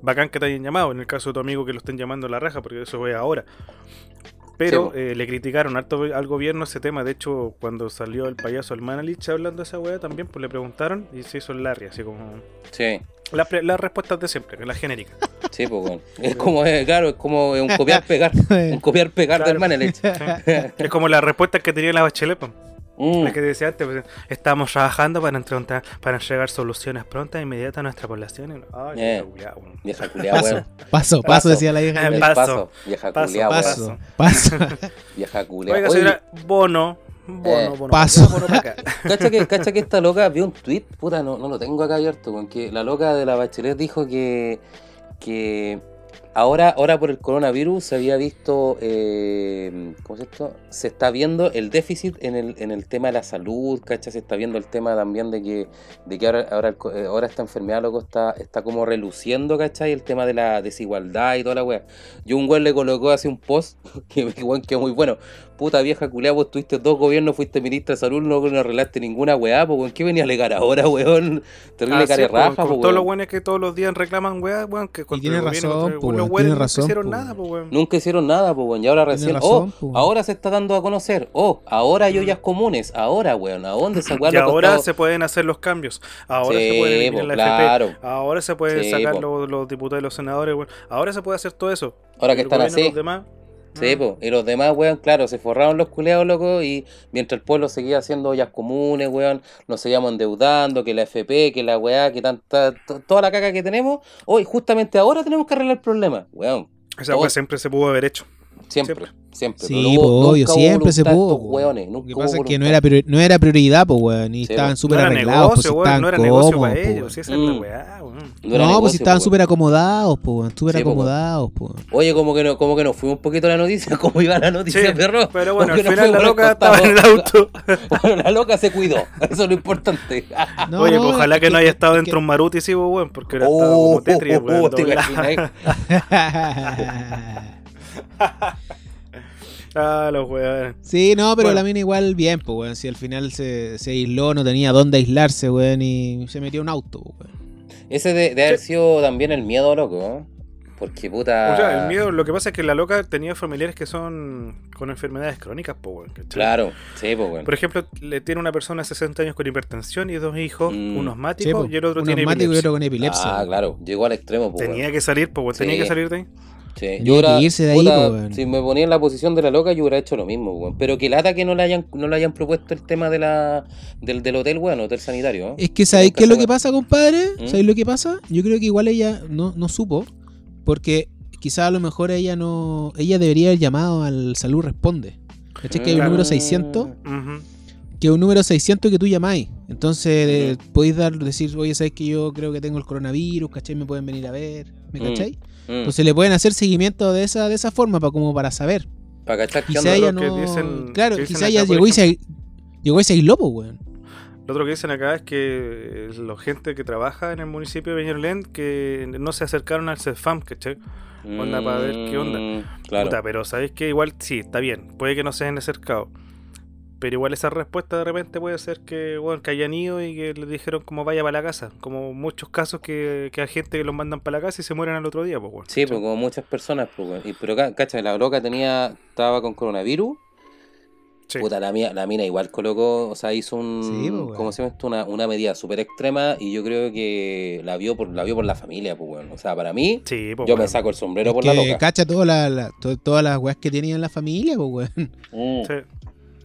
S1: bacán que te hayan llamado. En el caso de tu amigo que lo estén llamando a la raja, porque eso es ahora.
S2: Sí,
S1: Pero
S2: po.
S1: eh, le criticaron harto al gobierno ese tema. De hecho, cuando salió el payaso al Manalich hablando de esa weá también, pues le preguntaron y se hizo el Larry, así como.
S2: Sí.
S1: Las pre- las respuestas de siempre, las
S2: *laughs*
S1: genéricas.
S2: Sí, pues,
S3: *laughs*
S2: weón. Es como, eh, claro, es como un copiar-pegar. Un copiar-pegar
S1: Claro.
S2: del Manelich.
S1: es como las respuestas que tenía la bachelet, pues.
S2: Mm.
S1: La que decía antes, pues, estamos trabajando para, encontrar- para entregar soluciones prontas e inmediatas a nuestra población. Ay,
S2: Eh.
S1: la weá, weón.
S2: Vieja culiada,
S3: Paso,
S2: weón.
S3: paso,
S2: Paso.
S3: paso, decía
S2: *laughs*
S3: la vieja.
S1: Eh,
S2: El
S1: paso,
S2: Vieja
S1: paso,
S2: culiada, weón.
S3: Paso,
S1: *laughs*
S3: paso.
S2: Vieja culiada.
S1: Oiga,
S2: Oye,
S1: señora, bono. Bono,
S2: Eh.
S1: bono.
S3: Paso.
S1: Bono para
S2: *laughs*
S1: acá.
S2: Cacha que, cacha que esta loca vio un tweet, puta, no, no lo tengo acá abierto, con que la loca de la Bachelet dijo que, que ahora, ahora por el coronavirus se había visto, eh, ¿cómo es esto? Se está viendo el déficit en el, en el tema de la salud, cacha, se está viendo el tema también de que, de que ahora, ahora, el co- eh, ahora esta enfermedad, loco, está, está como reluciendo, cachai, el tema de la desigualdad y toda la wea. Yo un weón le colocó así un post *laughs* que, weón, que muy bueno. Puta vieja culiá, vos tuviste dos gobiernos, fuiste ministra de salud, no, no arreglaste ninguna weá, pues weón, ¿qué venía a alegar ahora, weón? Terrible
S1: Ah, sí,
S2: cara de
S1: pues,
S2: rafa,
S1: con
S2: pues,
S1: todos los
S2: weón.
S1: buenos que todos los días reclaman, weá, weón, que contra
S3: tiene
S1: el gobierno,
S3: razón,
S1: contra el-
S3: pues,
S1: los
S3: weón,
S1: weones
S3: tiene
S1: nunca
S3: razón,
S1: hicieron
S3: pues,
S1: nada, pues, weón.
S2: Nunca hicieron nada, pues weón, y ahora recién,
S3: razón,
S2: oh,
S3: pues, weón.
S2: ahora se está dando a conocer, oh, ahora hay ollas comunes, ahora, weón, ¿a dónde se
S1: Y ahora se pueden hacer los cambios, ahora se pueden eliminar la FP,
S2: claro.
S1: ahora se pueden
S2: Sí,
S1: sacar
S2: po.
S1: los, los diputados y los senadores, weón. ahora se puede hacer todo eso.
S2: Ahora que
S1: El
S2: están
S1: gobierno y
S2: así.
S1: los demás,
S2: Sí,
S1: mm,
S2: po. y los demás, weón, claro, se forraron los culeados, loco, y mientras el pueblo seguía haciendo ollas comunes, weón, nos seguíamos endeudando, que la FP, que la weá, que tanta, to- toda la caca que tenemos, hoy justamente ahora tenemos que arreglar el problema, weón,
S1: Esa weá
S2: todo.
S1: siempre se pudo haber hecho.
S2: siempre, siempre.
S3: Sí,
S2: pero
S3: po, obvio,
S2: nunca
S3: siempre se
S2: voluntad
S3: pudo,
S2: estos
S3: po.
S2: weones,
S3: Lo que
S2: nunca
S3: pasa
S2: hubo
S3: es que no
S2: voluntad.
S3: era, priori- no era prioridad, pues, weón. Y
S2: Sí,
S3: estaban
S2: po.
S1: No
S3: súper
S1: era
S3: arreglados, pues, si
S1: negocio, weón,
S3: estaban
S1: no era
S3: cómodos,
S1: negocio para
S3: po,
S1: ellos, si esa es la
S2: Mm.
S1: weá, weón.
S2: No era
S3: weón. No, pues si
S2: negocio,
S3: estaban
S2: po, weón.
S3: súper acomodados, pues, weón. Súper
S2: Sí, po, weón.
S3: acomodados, pues. weón.
S2: Oye, como que no, como que no fuimos un poquito a la noticia, *laughs* como iba la noticia,
S1: Sí,
S2: perro. *laughs*
S1: pero bueno, al
S2: Como que nos
S1: final la
S2: fuimos
S1: loca
S2: al costado.
S1: estaba en el auto.
S2: *laughs* Bueno, la loca se cuidó, eso es lo importante.
S3: *laughs* No,
S1: Oye,
S3: no,
S1: pues, ojalá
S3: es
S1: que no haya estado
S3: es
S1: dentro un maruti, sí, pues, weón, porque ahora estaba
S2: Oh,
S1: como Tetris,
S2: oh, oh,
S1: weón,
S2: te
S1: doblado.
S2: imaginas.
S1: *laughs* *laughs* Ah, los weones.
S3: Sí, no, pero
S1: Bueno.
S3: la mina igual bien, pues, weón. Si al final se, se aisló, no tenía dónde aislarse, weón, y se metió en un auto, po, weón.
S2: Ese de, de haber sido también el miedo, loco, ¿eh? Porque puta.
S1: O sea, el miedo, lo que pasa es que la loca tenía familiares que son con enfermedades crónicas, po, weón, ¿cachai?
S2: Claro, sí, pues, weón.
S1: Por ejemplo, le tiene una persona de 60 años con hipertensión y dos hijos,
S2: Mm.
S1: uno
S3: Sí, po.
S1: asmático y el otro
S3: Un
S1: tiene
S3: asmático y
S1: epilepsia.
S3: otro con epilepsia.
S2: Ah,
S3: weón.
S2: claro, llegó al extremo, pues.
S1: Tenía que salir, po, weón, tenía
S2: Sí.
S1: que salir de ahí.
S2: Sí.
S3: Tenía
S2: Yo
S3: que
S2: hubiera-
S3: irse de ahí,
S2: puta,
S3: po, weón.
S2: Si me ponía en la posición de la loca, yo hubiera hecho lo mismo, weón. Pero que lata que no le hayan, no le hayan propuesto el tema de la, del, del hotel, weón, hotel sanitario. ¿eh?
S3: Es que ¿sabéis
S2: Nunca
S3: qué es lo
S2: se
S3: que
S2: puede.
S3: pasa, compadre?
S2: ¿Mm?
S3: ¿Sabéis lo que pasa? Yo creo que igual ella no, no supo, porque quizá a lo mejor ella no... Ella debería haber llamado al Salud Responde. ¿Cachai?
S2: Mm.
S3: Que hay un
S1: Claro.
S3: número 600,
S1: Ujú.
S3: que es un número 600 que tú llamáis. Entonces
S2: Ujú.
S3: eh, podéis dar, decir, oye, ¿sabéis que yo creo que tengo el coronavirus? ¿Cachai? ¿Me pueden venir a ver? ¿Me
S2: Mm.
S3: cachai?
S2: Mm.
S3: Entonces le pueden hacer seguimiento de esa, de esa forma, para, como para saber.
S2: para cachar que
S3: Quizá
S2: anda.
S3: ella
S1: Lo que
S3: no.
S1: dicen-
S3: claro,
S1: que dicen
S3: quizá
S1: acá,
S3: ella
S1: por
S3: llegó y, se, llegó y se aisló, pues, weón.
S1: Lo otro que dicen acá es que eh, la gente que trabaja en el municipio de Peñalolén que no se acercaron al CEFAM, ¿cachai? onda, para ver qué onda.
S2: Mm, Claro.
S1: Puta, pero sabéis que igual sí, está bien, puede que no se hayan acercado. Pero igual esa respuesta de repente puede ser que, bueno, que hayan ido y que le dijeron como vaya para la casa. Como muchos casos que, que hay gente que los mandan para la casa y se mueren al otro día, pues, bueno.
S2: Sí, pues como muchas personas, pues, weón. Y- Pero, ca- cacha, la loca tenía, estaba con coronavirus.
S1: Sí.
S2: Puta, la, mía- la mina igual colocó, o sea, hizo un,
S3: Sí, pues, weón.
S2: ¿cómo se llama esto? Una, una medida súper extrema y yo creo que la vio por la vio por la familia, pues, weón. O sea, para mí,
S1: Sí,
S2: yo
S1: pues,
S2: me
S1: bueno.
S2: saco el sombrero
S3: Es
S2: por la
S3: que
S2: loca.
S3: cacha todas las- las- to- todas las weas que tenía en la familia, pues, weón.
S2: Mm.
S1: Sí.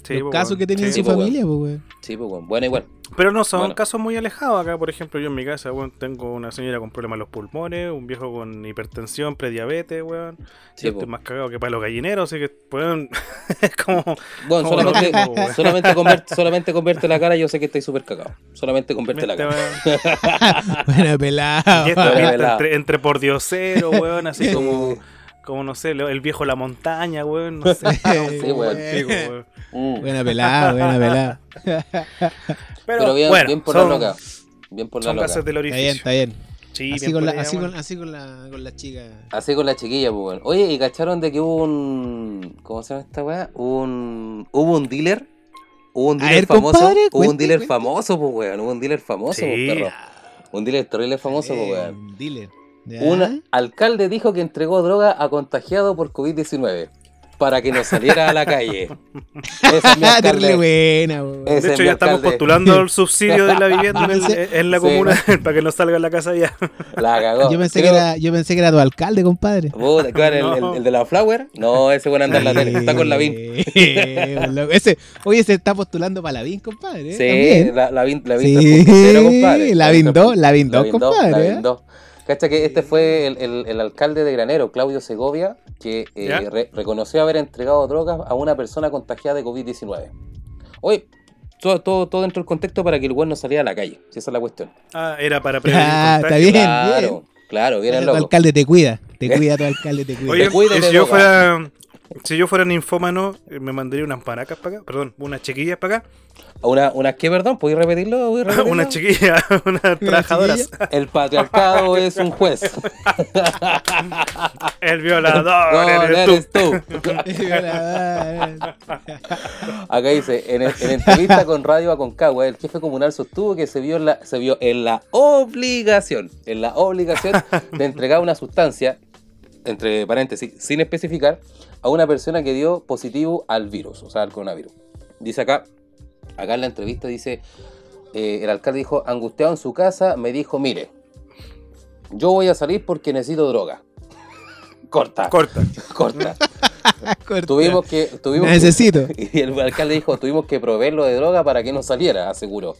S1: Sí,
S3: los
S1: po,
S3: casos
S1: weón.
S3: que tenían
S1: Sí,
S3: en su
S2: po, weón.
S3: familia, pues, weón.
S2: Sí, pues, weón. Bueno, igual.
S1: Pero no son
S2: Bueno.
S1: casos muy alejados acá, por ejemplo, yo en mi casa, weón, tengo una señora con problemas en los pulmones, un viejo con hipertensión, prediabetes, weón.
S2: Sí, pues.
S1: yo
S2: po.
S1: estoy más cagado que para los gallineros, así que, weón, *laughs* es como...
S2: Bueno,
S1: como lo
S2: solamente,
S1: mismo, weón.
S2: solamente, convierte, solamente convierte la cara, yo sé que estáis súper cagados. Solamente convierte la
S1: Este, weón,
S2: cara.
S3: Buena
S1: *laughs* y esta
S2: Bueno,
S3: pelada.
S1: pinta
S2: pelado.
S1: entre, entre por
S2: *laughs*
S1: diosero, weón, así
S2: Sí.
S1: como, como no sé, lo- el viejo la montaña, weón, no *laughs* sé.
S2: *laughs* Sí, weón.
S1: Digo, weón.
S2: Mm.
S3: Buena pelada, buena
S1: *laughs*
S3: pelada.
S1: Pero,
S2: Pero, bien,
S1: bueno,
S2: bien por
S1: son,
S2: la loca. Bien por la
S1: son
S2: loca.
S1: gases del
S3: Está
S1: orificio.
S3: bien, está bien.
S1: Sí,
S3: así,
S1: bien
S3: con
S1: por
S3: la,
S1: allá,
S3: así,
S1: weón.
S3: con, así con la, con la chica.
S2: Así con la chiquilla, pues, weón. Oye, ¿y cacharon de que hubo un. ¿Cómo se llama esta weá? Un. Hubo un dealer. Hubo un
S3: A
S2: dealer
S3: ver,
S2: famoso.
S3: compadre,
S2: hubo un
S3: cuente,
S2: dealer
S3: cuente.
S2: famoso, pues, weón. Hubo un dealer famoso,
S1: Sí.
S2: pues, perro. Un dealer terrible famoso, pues,
S3: Eh,
S2: weón.
S3: un Dealer. ¿Ya?
S2: Un alcalde dijo que entregó droga a contagiado por COVID-19 para que no saliera a la
S3: *laughs*
S2: calle. Ese es mi
S3: Ah, terrible
S2: alcalde.
S3: buena, weón.
S2: Ese
S1: De
S2: es
S1: hecho,
S2: mi
S1: ya estamos
S2: alcalde.
S1: postulando
S2: *laughs*
S1: el subsidio de la vivienda en, el- en la
S2: Sí.
S1: comuna *laughs* para que no salga en la casa
S2: *laughs*
S1: ya.
S2: La cagó.
S3: Yo pensé,
S2: Creo-
S3: que era, yo pensé que era tu alcalde, compadre.
S2: Puta, ¿cuál? ¿El, el- el de la Flower? No, ese weón anda en la tele. Está con la VIN.
S3: Eh, buen loco. Ese, oye, se está postulando para la VIN, compadre. ¿eh?
S2: Sí,
S3: También.
S2: la, la Vin, la Vin
S3: Sí,
S2: 3.0, compadre.
S3: la Vin 2, la Vin 2,
S2: Vin 2,
S3: compadre,
S2: la
S3: ¿eh?
S2: Vin 2. Cacha que este fue el, el- el alcalde de Granero, Claudio Segovia, que eh,
S1: ¿Ya?
S2: re- reconoció haber entregado drogas a una persona contagiada de COVID-19. Oye, todo, todo, todo dentro del contexto para que el weón no saliera a la calle. Si esa es la cuestión.
S1: Ah, era para prevenir
S3: Ah,
S1: contagio.
S3: está bien.
S2: claro,
S3: bien.
S2: claro, bien el
S3: tu
S2: loco.
S3: alcalde te cuida. Te cuida tu alcalde,
S1: *laughs*
S3: te cuida.
S1: Oye,
S2: Te cuido
S1: eh,
S2: de
S1: si yo
S2: droga.
S1: fuera si yo fuera ninfómano, eh, me mandaría unas panacas para acá, perdón, unas chiquillas para acá, *laughs*
S2: Una, una, ¿Qué, perdón? ¿Puedes repetirlo? ¿Puedes repetirlo? *laughs*
S1: unas chiquillas, *laughs* unas trabajadoras.
S2: El patriarcado es
S1: *laughs*
S2: un juez.
S1: El violador
S2: No,
S1: eres tú.
S2: eres tú.
S1: *laughs*
S2: Acá dice, en, el- en entrevista con Radio Aconcagua, el jefe comunal sostuvo que se vio, en la, se vio en la obligación, en la obligación de entregar una sustancia, entre paréntesis, sin especificar, a una persona que dio positivo al virus, o sea, al coronavirus. Dice acá, acá en la entrevista dice, eh, el alcalde dijo, angustiado en su casa, me dijo, mire, yo voy a salir porque necesito droga. *laughs* Corta,
S1: Corta.
S2: corta.
S3: *laughs* Corta.
S2: tuvimos que... Tuvimos que-
S3: Necesito.
S2: *laughs* y el alcalde dijo, tuvimos que proveerlo de droga para que no saliera, aseguró.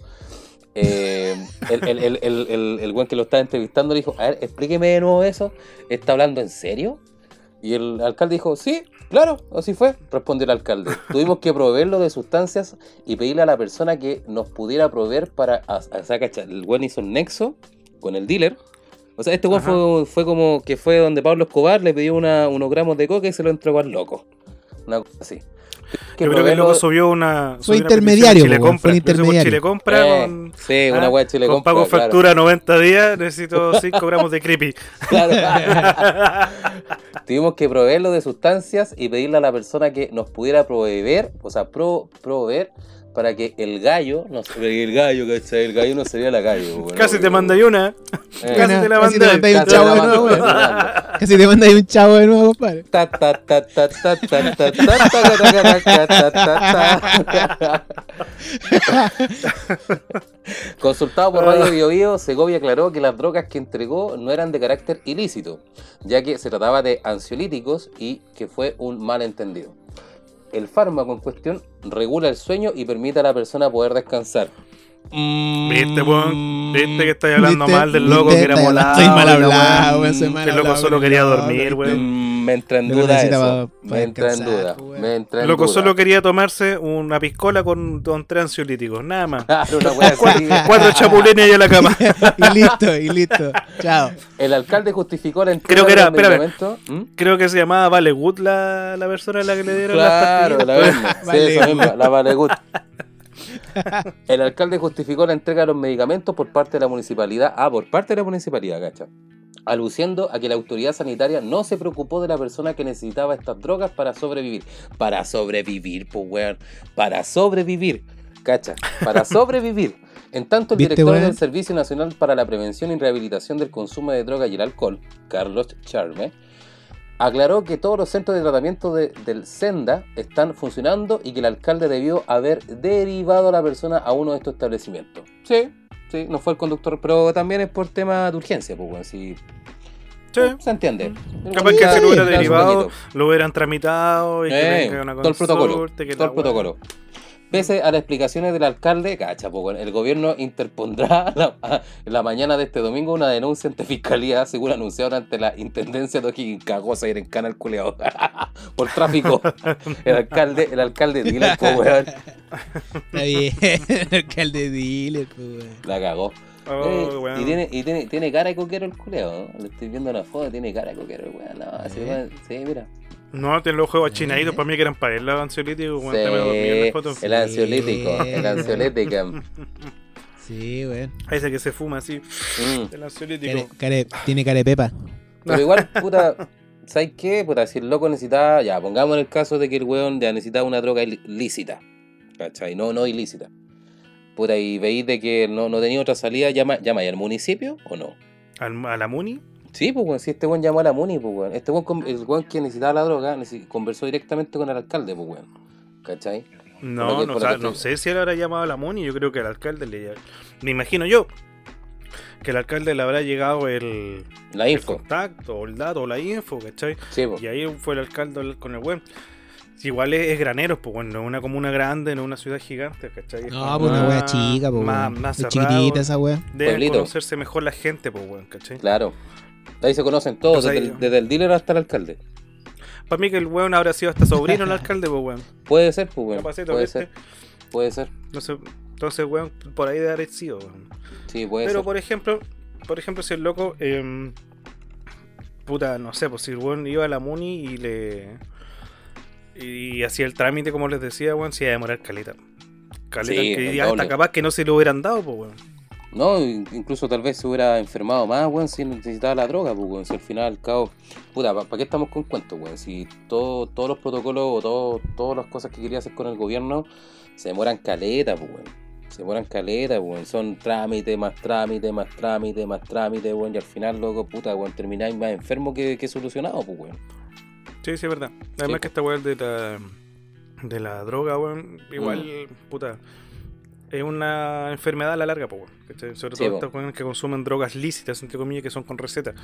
S2: Eh, el, el, el, el, el- el buen que lo estaba entrevistando le dijo, a ver, explíqueme de nuevo eso. ¿Está hablando en serio? Y el alcalde dijo, sí, claro, así fue, respondió el alcalde. Tuvimos que proveerlo de sustancias y pedirle a la persona que nos pudiera proveer para... a- a- o sea, cacha, el buen hizo un nexo con el dealer. O sea, este buen
S1: Ajá.
S2: fue, fue como que fue donde Pablo Escobar le pidió una- unos gramos de coca y se lo entregó al loco. Una cosa así.
S1: Yo creo que el loco
S2: proveerlo-
S1: subió una. subió una
S3: Fue
S1: petición
S3: intermediario,
S1: Chile
S3: weón,
S1: compra.
S3: fue
S1: Yo soy por
S3: intermediario.
S1: Chile compra
S2: Eh,
S1: con.
S2: sí, una
S1: ah,
S2: weá de Chile
S1: con
S2: compra,
S1: pago
S2: claro.
S1: factura 90 días,
S3: *laughs*
S1: necesito 5 gramos de creepy.
S2: *laughs* Claro. *laughs* Tuvimos que proveerlo de sustancias y pedirle a la persona que nos pudiera proveer, o sea, pro, proveer, para que el gallo, no se- el gallo, ¿cachai? El gallo no se vea la calle. weón.
S1: Casi te manda y una.
S2: Eh,
S1: casi te la mandé.
S3: Casi
S2: Casi
S3: te mandé un chavo
S2: la
S3: de
S2: mandé,
S3: nuevo.
S2: casi
S3: weón.
S2: la mandé.
S3: Casi te manda ahí un chavo de nuevo, compadre.
S2: Ta, ta, ta, ta, ta, ta, ta, ta, ta, ta, ta, ta, ta, ta, ta. Consultado por Radio Bio Bio, Segovia aclaró que las drogas que entregó no eran de carácter ilícito, ya que se trataba de ansiolíticos y que fue un malentendido. El fármaco en cuestión regula el sueño y permite a la persona poder descansar.
S1: Viste, weón. Viste que estás hablando
S3: ¿Viste?
S1: mal del loco
S3: ¿Viste?
S1: que era
S3: Está-
S1: molado.
S3: Soy mal
S1: la
S3: hablado,
S1: weón.
S3: weón, soy mal
S1: El loco
S3: hablado,
S1: solo
S3: weón.
S1: quería dormir, weón.
S2: Mm, Me entra en
S3: Lo
S2: duda
S3: necesita
S2: eso.
S3: pa- pa
S2: Me entra en
S3: descansar,
S2: duda.
S3: pues,
S2: Me entra en
S1: El loco
S2: duda.
S1: solo quería tomarse una piscola con, con tres ansiolíticos, nada
S2: *laughs*
S1: más.
S2: Claro,
S1: *laughs*
S2: una wea así.
S1: Cuatro chapulines y a la cama.
S3: *laughs* Y listo, y listo. Chao.
S2: El alcalde justificó la entrega
S1: Creo que era-
S2: de los
S1: espérame.
S2: medicamentos. ¿Mm?
S1: Creo que se llamaba Vale Wood la, la persona a la que le dieron
S2: Claro,
S1: las
S2: la
S1: pastillas. *laughs*
S2: misma. Sí,
S3: Vale.
S2: esa misma, la Valegut. El alcalde justificó la entrega de los medicamentos por parte de la municipalidad. Ah, por parte de la municipalidad, cacha. Aluciendo a que la autoridad sanitaria no se preocupó de la persona que necesitaba estas drogas para sobrevivir. Para sobrevivir, pues, weón. Para sobrevivir, cacha.
S3: *laughs*
S2: Para sobrevivir. En tanto, el
S3: ¿Viste,
S2: director
S3: weón?
S2: del Servicio Nacional para la Prevención y Rehabilitación del Consumo de Drogas y el Alcohol, Carlos Charme, Aclaró que todos los centros de tratamiento de- del Senda están funcionando y que el alcalde debió haber derivado a la persona a uno de estos establecimientos. Sí, sí, no fue el conductor, pero también es por tema de urgencia, pues, weón, si
S1: Sí.
S2: Se entiende.
S1: Capaz que se lo hubiera
S2: Sí,
S1: derivado,
S2: sueñito.
S1: lo hubieran tramitado y que
S2: Eh,
S1: venga una
S2: todo el protocolo.
S1: consorte, que
S2: Todo
S1: la
S2: el
S1: wea-
S2: protocolo. Pese a las explicaciones del alcalde, cacha, po, weón, el gobierno interpondrá *laughs* la, la mañana de este domingo una denuncia ante fiscalía, según anunciado ante la intendencia de Ojiquincagosa ir en canal culeado *laughs* por tráfico. El alcalde, el alcalde, dile, po, weón,
S3: Está bien, *laughs* alcalde Dile, pues, weón.
S2: la cagó.
S1: Oh,
S2: Eh,
S1: weón.
S2: Y, tiene, y tiene, tiene cara de coquero el culeo, ¿no? Le estoy viendo la foto, tiene cara de coquero, weón. No, así,
S3: Eh.
S2: weón, sí, mira.
S1: No, tiene los juegos achinaditos para mí que eran para él la ansiolítica. weón, también lo dormí en las fotos.
S2: Sí, el ansiolítico,
S3: Sí.
S2: el ansiolítico.
S3: Sí, weón.
S1: Ese que se fuma así, *laughs*
S2: Mm.
S1: el
S3: Care-
S1: ansiolítico.
S3: care- tiene cara de pepa.
S2: Pero igual, puta, ¿sabes qué? Puta, si el loco necesitaba, ya, pongamos en el caso de que el weón ya necesitaba una droga il- lícita, ¿cachai? No, no ilícita. Puta, y veis de que no, no tenía otra salida, llama, llama ahí al municipio o no.
S1: Al- a la Muni.
S2: Sí, pues, weón, si este weón llamó a la MUNI, pues, weón. Este weón, con- el weón que necesitaba la droga, neces- conversó directamente con el alcalde, pues, weón. ¿Cachai? Por lo
S1: No,
S2: que-
S1: no,
S2: por lo
S1: sa-
S2: que
S1: no sé
S2: estoy-
S1: si él habrá llamado a la MUNI. Yo creo que el alcalde le. Me imagino yo que el alcalde le habrá llegado el,
S2: La
S1: el
S2: info.
S1: contacto, o el dato, o la info, ¿cachai?
S2: Sí, pues.
S1: Y ahí fue el alcalde al- con el weón. Si igual es, es graneros, pues bueno, no es una comuna grande, no es una ciudad gigante, ¿cachai? Es
S3: No,
S1: como
S3: pues una
S1: más-
S3: wea chica, pues,
S1: Ah, Más,
S3: weón.
S1: más
S3: Es
S1: cerrado.
S3: chiquitita esa wea.
S1: Deben
S2: Pueblito.
S1: conocerse mejor la gente, pues weón, ¿cachai?
S2: Claro. Ahí se conocen todos,
S1: Entonces
S2: desde,
S1: Pues ahí-
S2: el- desde el dealer hasta el alcalde.
S1: Para mí que el weón habrá sido hasta
S3: *laughs*
S1: sobrino del alcalde, pues weón.
S2: Puede ser, pues, weón.
S1: Capacito,
S2: Puede
S1: ¿viste?
S2: ser, puede ser.
S1: Entonces, entonces, weón, por ahí debe haber sido, weón.
S2: Sí, puede
S1: Pero
S2: ser.
S1: por ejemplo, por ejemplo, si el loco, em, puta, no sé, pues si el weón iba a la Muni y le. Y hacía el trámite, como les decía, weón, se iba a demorar caleta. Caleta,
S2: Sí,
S1: que
S2: el
S1: ya hasta
S2: doble.
S1: capaz que no se lo hubieran dado, pues weón.
S2: No, in- incluso tal vez se hubiera enfermado más, weón, si no necesitaba la droga, pues, weón. Si al final, al cabo, puta, ¿para qué estamos con cuentos, weón? Si todo- todos los protocolos o todo- todas las cosas que quería hacer con el gobierno se demoran caleta, pues, weón. Se demoran caleta, pues, weón. Son trámite, más trámite, más trámite, más trámite, weón. Y al final, loco, puta, weón, termináis más enfermo que, que solucionado, pues, weón.
S1: Sí, sí, es verdad. Además
S2: Sí,
S1: que esta weón de la. de la droga, weón, igual,
S2: Mm.
S1: puta. Es una enfermedad a la larga, pues, weón. ¿cachai? Sobre
S2: Sí,
S1: todo
S2: po.
S1: estas weones que consumen drogas lícitas, entre comillas, que son con receta.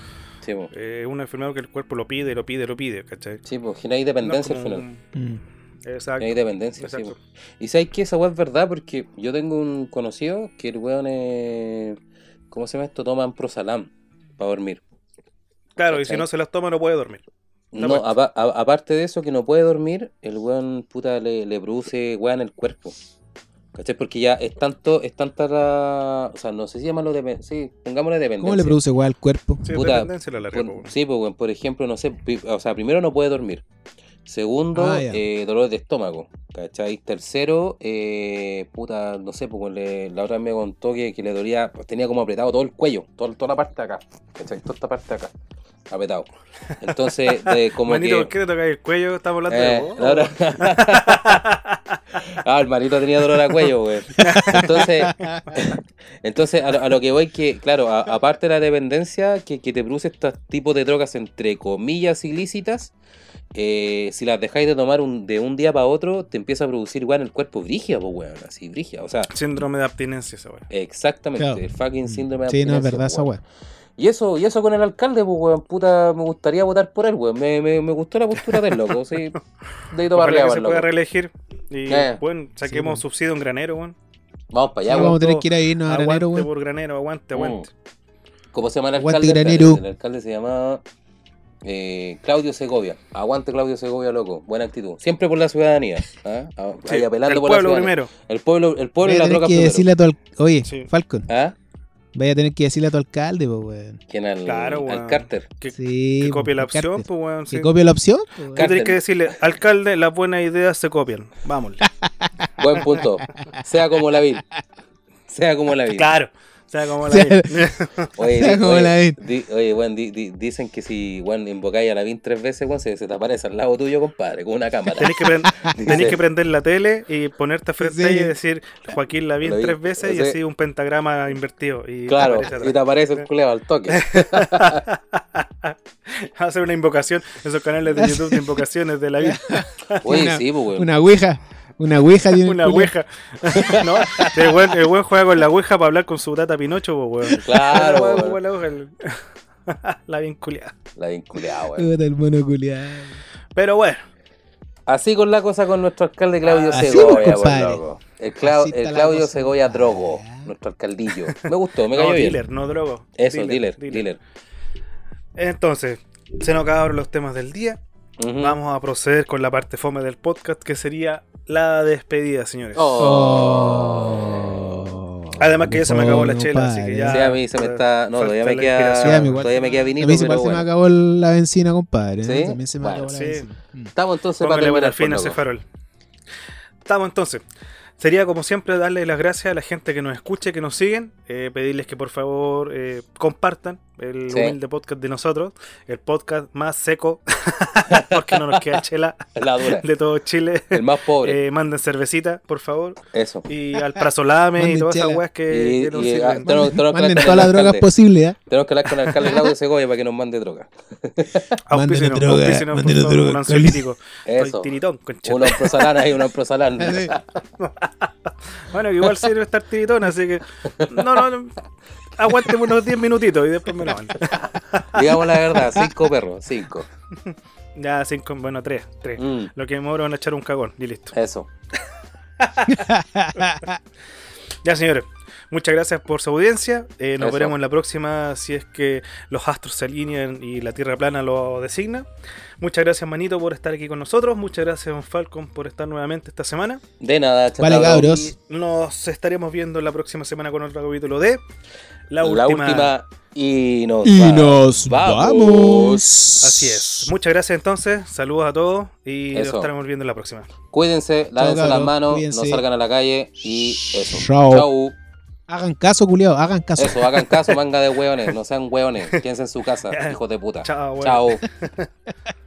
S2: Sí, pues.
S1: Eh, Es una enfermedad que el cuerpo lo pide, lo pide, lo pide, ¿cachai?
S2: Sí, pues, generáis dependencia al final.
S3: Mm.
S1: Exacto.
S2: Generáis dependencia, sí,
S1: Exacto.
S2: pues. Y sabes que esa weá es verdad porque yo tengo un conocido que el weón es. ¿Cómo se llama esto? Toman prosalam para dormir.
S1: Claro, y si
S2: ¿Cachai?
S1: no se las toma no puede dormir. Está
S2: No,
S1: puesto.
S2: apa- a- aparte de eso, que no puede dormir, el weón puta le, le produce weá en el cuerpo. ¿Cachai? Porque ya es tanto, es tanta la. O sea, no sé si llamarlo dependencia. Sí, pongámosle dependencia.
S3: ¿Cómo le produce weá al cuerpo?
S1: Sí,
S2: Puta,
S1: dependencia a la larga,
S2: Por-
S1: po, weón.
S2: sí, pues, weón, por ejemplo, no sé, pi- o sea, primero no puede dormir. Segundo,
S3: Ah, ya.
S2: eh, dolor de estómago, ¿cachai? Tercero, eh, puta, no sé, pues, weón, le- la otra vez me contó que, que le dolía, pues, tenía como apretado todo el cuello, todo- toda la parte de acá, ¿cachai? Toda esta parte de acá, apretado. Entonces, de, como
S1: *laughs* Manito, ¿por
S2: que...
S1: qué te tocáis el cuello? Estamos hablando de
S2: eh,
S1: vos.
S2: la otra- *laughs* ah, el marito tenía dolor al cuello, güey. Entonces, *laughs* entonces a, lo, a lo que voy que, claro, a- aparte de la dependencia que, que te produce estos tipos de drogas entre comillas ilícitas, eh, si las dejáis de tomar un, de un día para otro, te empieza a producir weón, el cuerpo brigia, pues weón, así brigia. O sea,
S1: Síndrome de abstinencia esa weá.
S2: exactamente,
S3: Claro.
S2: el fucking síndrome de
S3: Sí, no es
S2: abstinencia,
S3: verdad
S2: pues,
S3: esa
S2: weón.
S3: weá.
S2: Y eso, y eso con el alcalde, pues weón, puta, me gustaría votar por él, weón. Me, me, me gustó la postura del
S1: *laughs*
S2: loco, sí. Dedito
S1: Ojalá que
S2: para arriba, para
S1: se
S2: el
S1: pueda
S2: loco.
S1: reelegir. Y
S2: Eh.
S1: bueno, saquemos
S3: Sí,
S1: subsidio en granero, weón.
S2: Vamos para allá,
S3: Sí,
S2: weón.
S3: vamos a tener que ir a irnos a
S1: Aguante
S3: granero, weón.
S1: por granero,
S2: Mm,
S1: aguante, aguante.
S2: ¿Cómo se llama el
S3: Aguante,
S2: alcalde?
S3: Granero.
S2: El alcalde se llama eh, Claudio Segovia. Aguante Claudio Segovia, loco. Buena actitud. Siempre por la ciudadanía. ¿ah? Ah,
S1: Sí,
S2: ahí apelando
S1: el
S2: por
S1: pueblo
S2: la ciudadanía.
S1: primero.
S2: El pueblo, el pueblo y
S3: Vaya
S2: la
S3: a tener
S2: droga
S3: que
S2: primero.
S3: decirle a tu al- Oye,
S1: Sí.
S3: Falcon,
S2: ¿Ah?
S3: vaya a tener que decirle a tu alcalde, pues, weón.
S2: ¿Quién al,
S1: Claro,
S2: al
S1: weón.
S2: Carter?
S1: Que,
S3: Sí.
S1: que
S3: pues,
S1: copie la
S3: al Carter.
S1: opción, pues weón. sí.
S3: Que copie la opción. pues, weón.
S1: Tú tenés que
S2: Carter.
S1: decirle, alcalde, las buenas ideas se copian. Vámonos.
S2: Buen punto. Sea como la vil. Sea como la
S1: *laughs*
S2: vil.
S1: claro. O sea, como la
S3: *laughs* Sí. *laughs*
S2: Oye,
S3: Sea
S2: di-
S3: como
S2: oye,
S3: la vil.
S2: di- oye, weón, di- di- dicen que si weón, invocáis a la vil tres veces, weón, se, se te aparece al lado tuyo, compadre, con una cámara.
S1: Tenés que, prend-
S2: *laughs*
S1: tenés que prender la tele y ponerte frente
S3: Sí.
S1: a ella y decir Joaquín Lavín
S2: Lavín,
S1: tres veces y
S2: sí.
S1: así un pentagrama invertido. Y te
S2: Claro,
S1: aparece atrás. *laughs*
S2: y te aparece el culeo al toque.
S1: hacer una invocación esos canales de YouTube de invocaciones de la vida
S2: Oye,
S3: Una-
S2: sí, pues, weón.
S3: Una ouija. Una ouija de
S1: una ouija *laughs* no el buen, el buen juega con la ouija para hablar con su tata Pinocho po, weón.
S2: Claro,
S1: Weón,
S2: weón.
S1: weón, la ouija, el- *laughs* la bien culiada.
S2: La vinculada, weón.
S3: Puta, el mono culiado.
S1: Pero bueno,
S2: Así con la cosa con nuestro alcalde Claudio
S3: Así, pues,
S2: Segovia,
S3: compadre.
S2: weón, loco. El, Clau-
S3: Así está
S2: el
S3: la
S2: Claudio
S3: cosa.
S2: Segovia Drogo,
S3: Ah.
S2: nuestro alcaldillo. Me gustó,
S1: *laughs*
S2: me
S1: no,
S2: cayó bien.
S1: dealer, no drogo.
S2: Eso, dealer, dealer.
S1: Entonces, se nos acabaron los temas del día.
S2: Ujú.
S1: Vamos a proceder con la parte fome del podcast, que sería la despedida, señores.
S3: Oh.
S2: Oh.
S1: Además que ya se me acabó la chela, así que ya-
S2: Sí, a mí se me está. No,
S1: Falta
S2: todavía me
S1: la
S2: queda.
S1: inspiración. Sí, a mí
S3: igual.
S2: ah, Todavía me queda
S3: A
S2: vinito,
S3: mí igual
S2: pero
S3: se me
S2: bueno.
S3: acabó la benzina, compadre.
S2: ¿Sí?
S3: ¿eh? También se me
S2: Bueno,
S3: acabó
S1: sí.
S3: la benzina. Mm.
S2: Estamos entonces para
S1: Póngale
S2: terminar
S1: bueno al fin a
S2: con
S1: ese
S2: loco.
S1: farol. Estamos entonces. Sería como siempre darle las gracias a la gente que nos escuche, que nos siguen, eh, pedirles que por favor eh, compartan el
S2: Sí.
S1: humilde podcast de nosotros, el podcast más seco, *laughs* porque no nos queda chela
S2: La dura.
S1: de todo Chile.
S2: El más
S1: *laughs*
S2: pobre.
S1: Eh, manden cervecita, por favor,
S2: Eso.
S1: y al prazolame y
S3: Manden
S1: todas esas
S3: chela.
S1: weas que,
S2: Y-
S1: que nos
S2: y-
S1: sirven.
S2: ah, te lo- te lo
S3: Manden
S2: aclaran
S3: todas las
S2: al
S3: drogas
S2: alcalde.
S3: posibles. ¿eh?
S2: Tenemos que hablar con
S1: *laughs*
S2: el alcalde Claudio Segovia para que nos mande droga.
S1: Auspícenos,
S3: manden droga,
S1: auspícenos, por
S3: manden
S1: favor,
S3: droga,
S1: un ansiolítico. Estoy
S2: Eso.
S1: tiritón, conchete.
S2: Uno prosalán ahí, uno *laughs* prosalán.
S1: Bueno, que igual sirve estar tiritón, así que. No, no, no. Aguante unos 10 minutitos y después me lo mandan.
S2: Digamos la verdad, cinco perros, cinco.
S1: Ya, cinco, bueno, tres, tres.
S2: Mm,
S1: Lo que me demoro en echar un cagón y listo.
S2: Eso.
S1: Ya, señores, muchas gracias por su audiencia. Eh, nos
S2: Eso.
S1: veremos en la próxima si es que los astros se alinean y la Tierra plana lo designa. Muchas gracias, Manito, por estar aquí con nosotros. Muchas gracias, Don Falcon, por estar nuevamente esta semana.
S2: De nada,
S3: Vale,
S2: chatao.
S3: cabros.
S1: Y nos estaremos viendo la próxima semana con otro capítulo de La
S2: La
S1: Última.
S2: última. Y nos
S3: Y
S2: vamos.
S3: nos
S2: Vamos.
S3: vamos.
S1: Así es. Muchas gracias entonces. Saludos a todos y nos
S2: Eso.
S1: estaremos viendo en la próxima.
S2: Cuídense, lávense las
S3: cabros,
S2: manos, no
S3: cuídense.
S2: salgan a la calle y eso.
S3: Chao.
S2: Chau.
S3: Hagan caso, culiao, hagan caso.
S2: Eso, hagan *laughs* caso, manga de hueones. No sean hueones. Quédense en su casa, hijos de puta.
S1: Chao, hueón.
S2: Chao.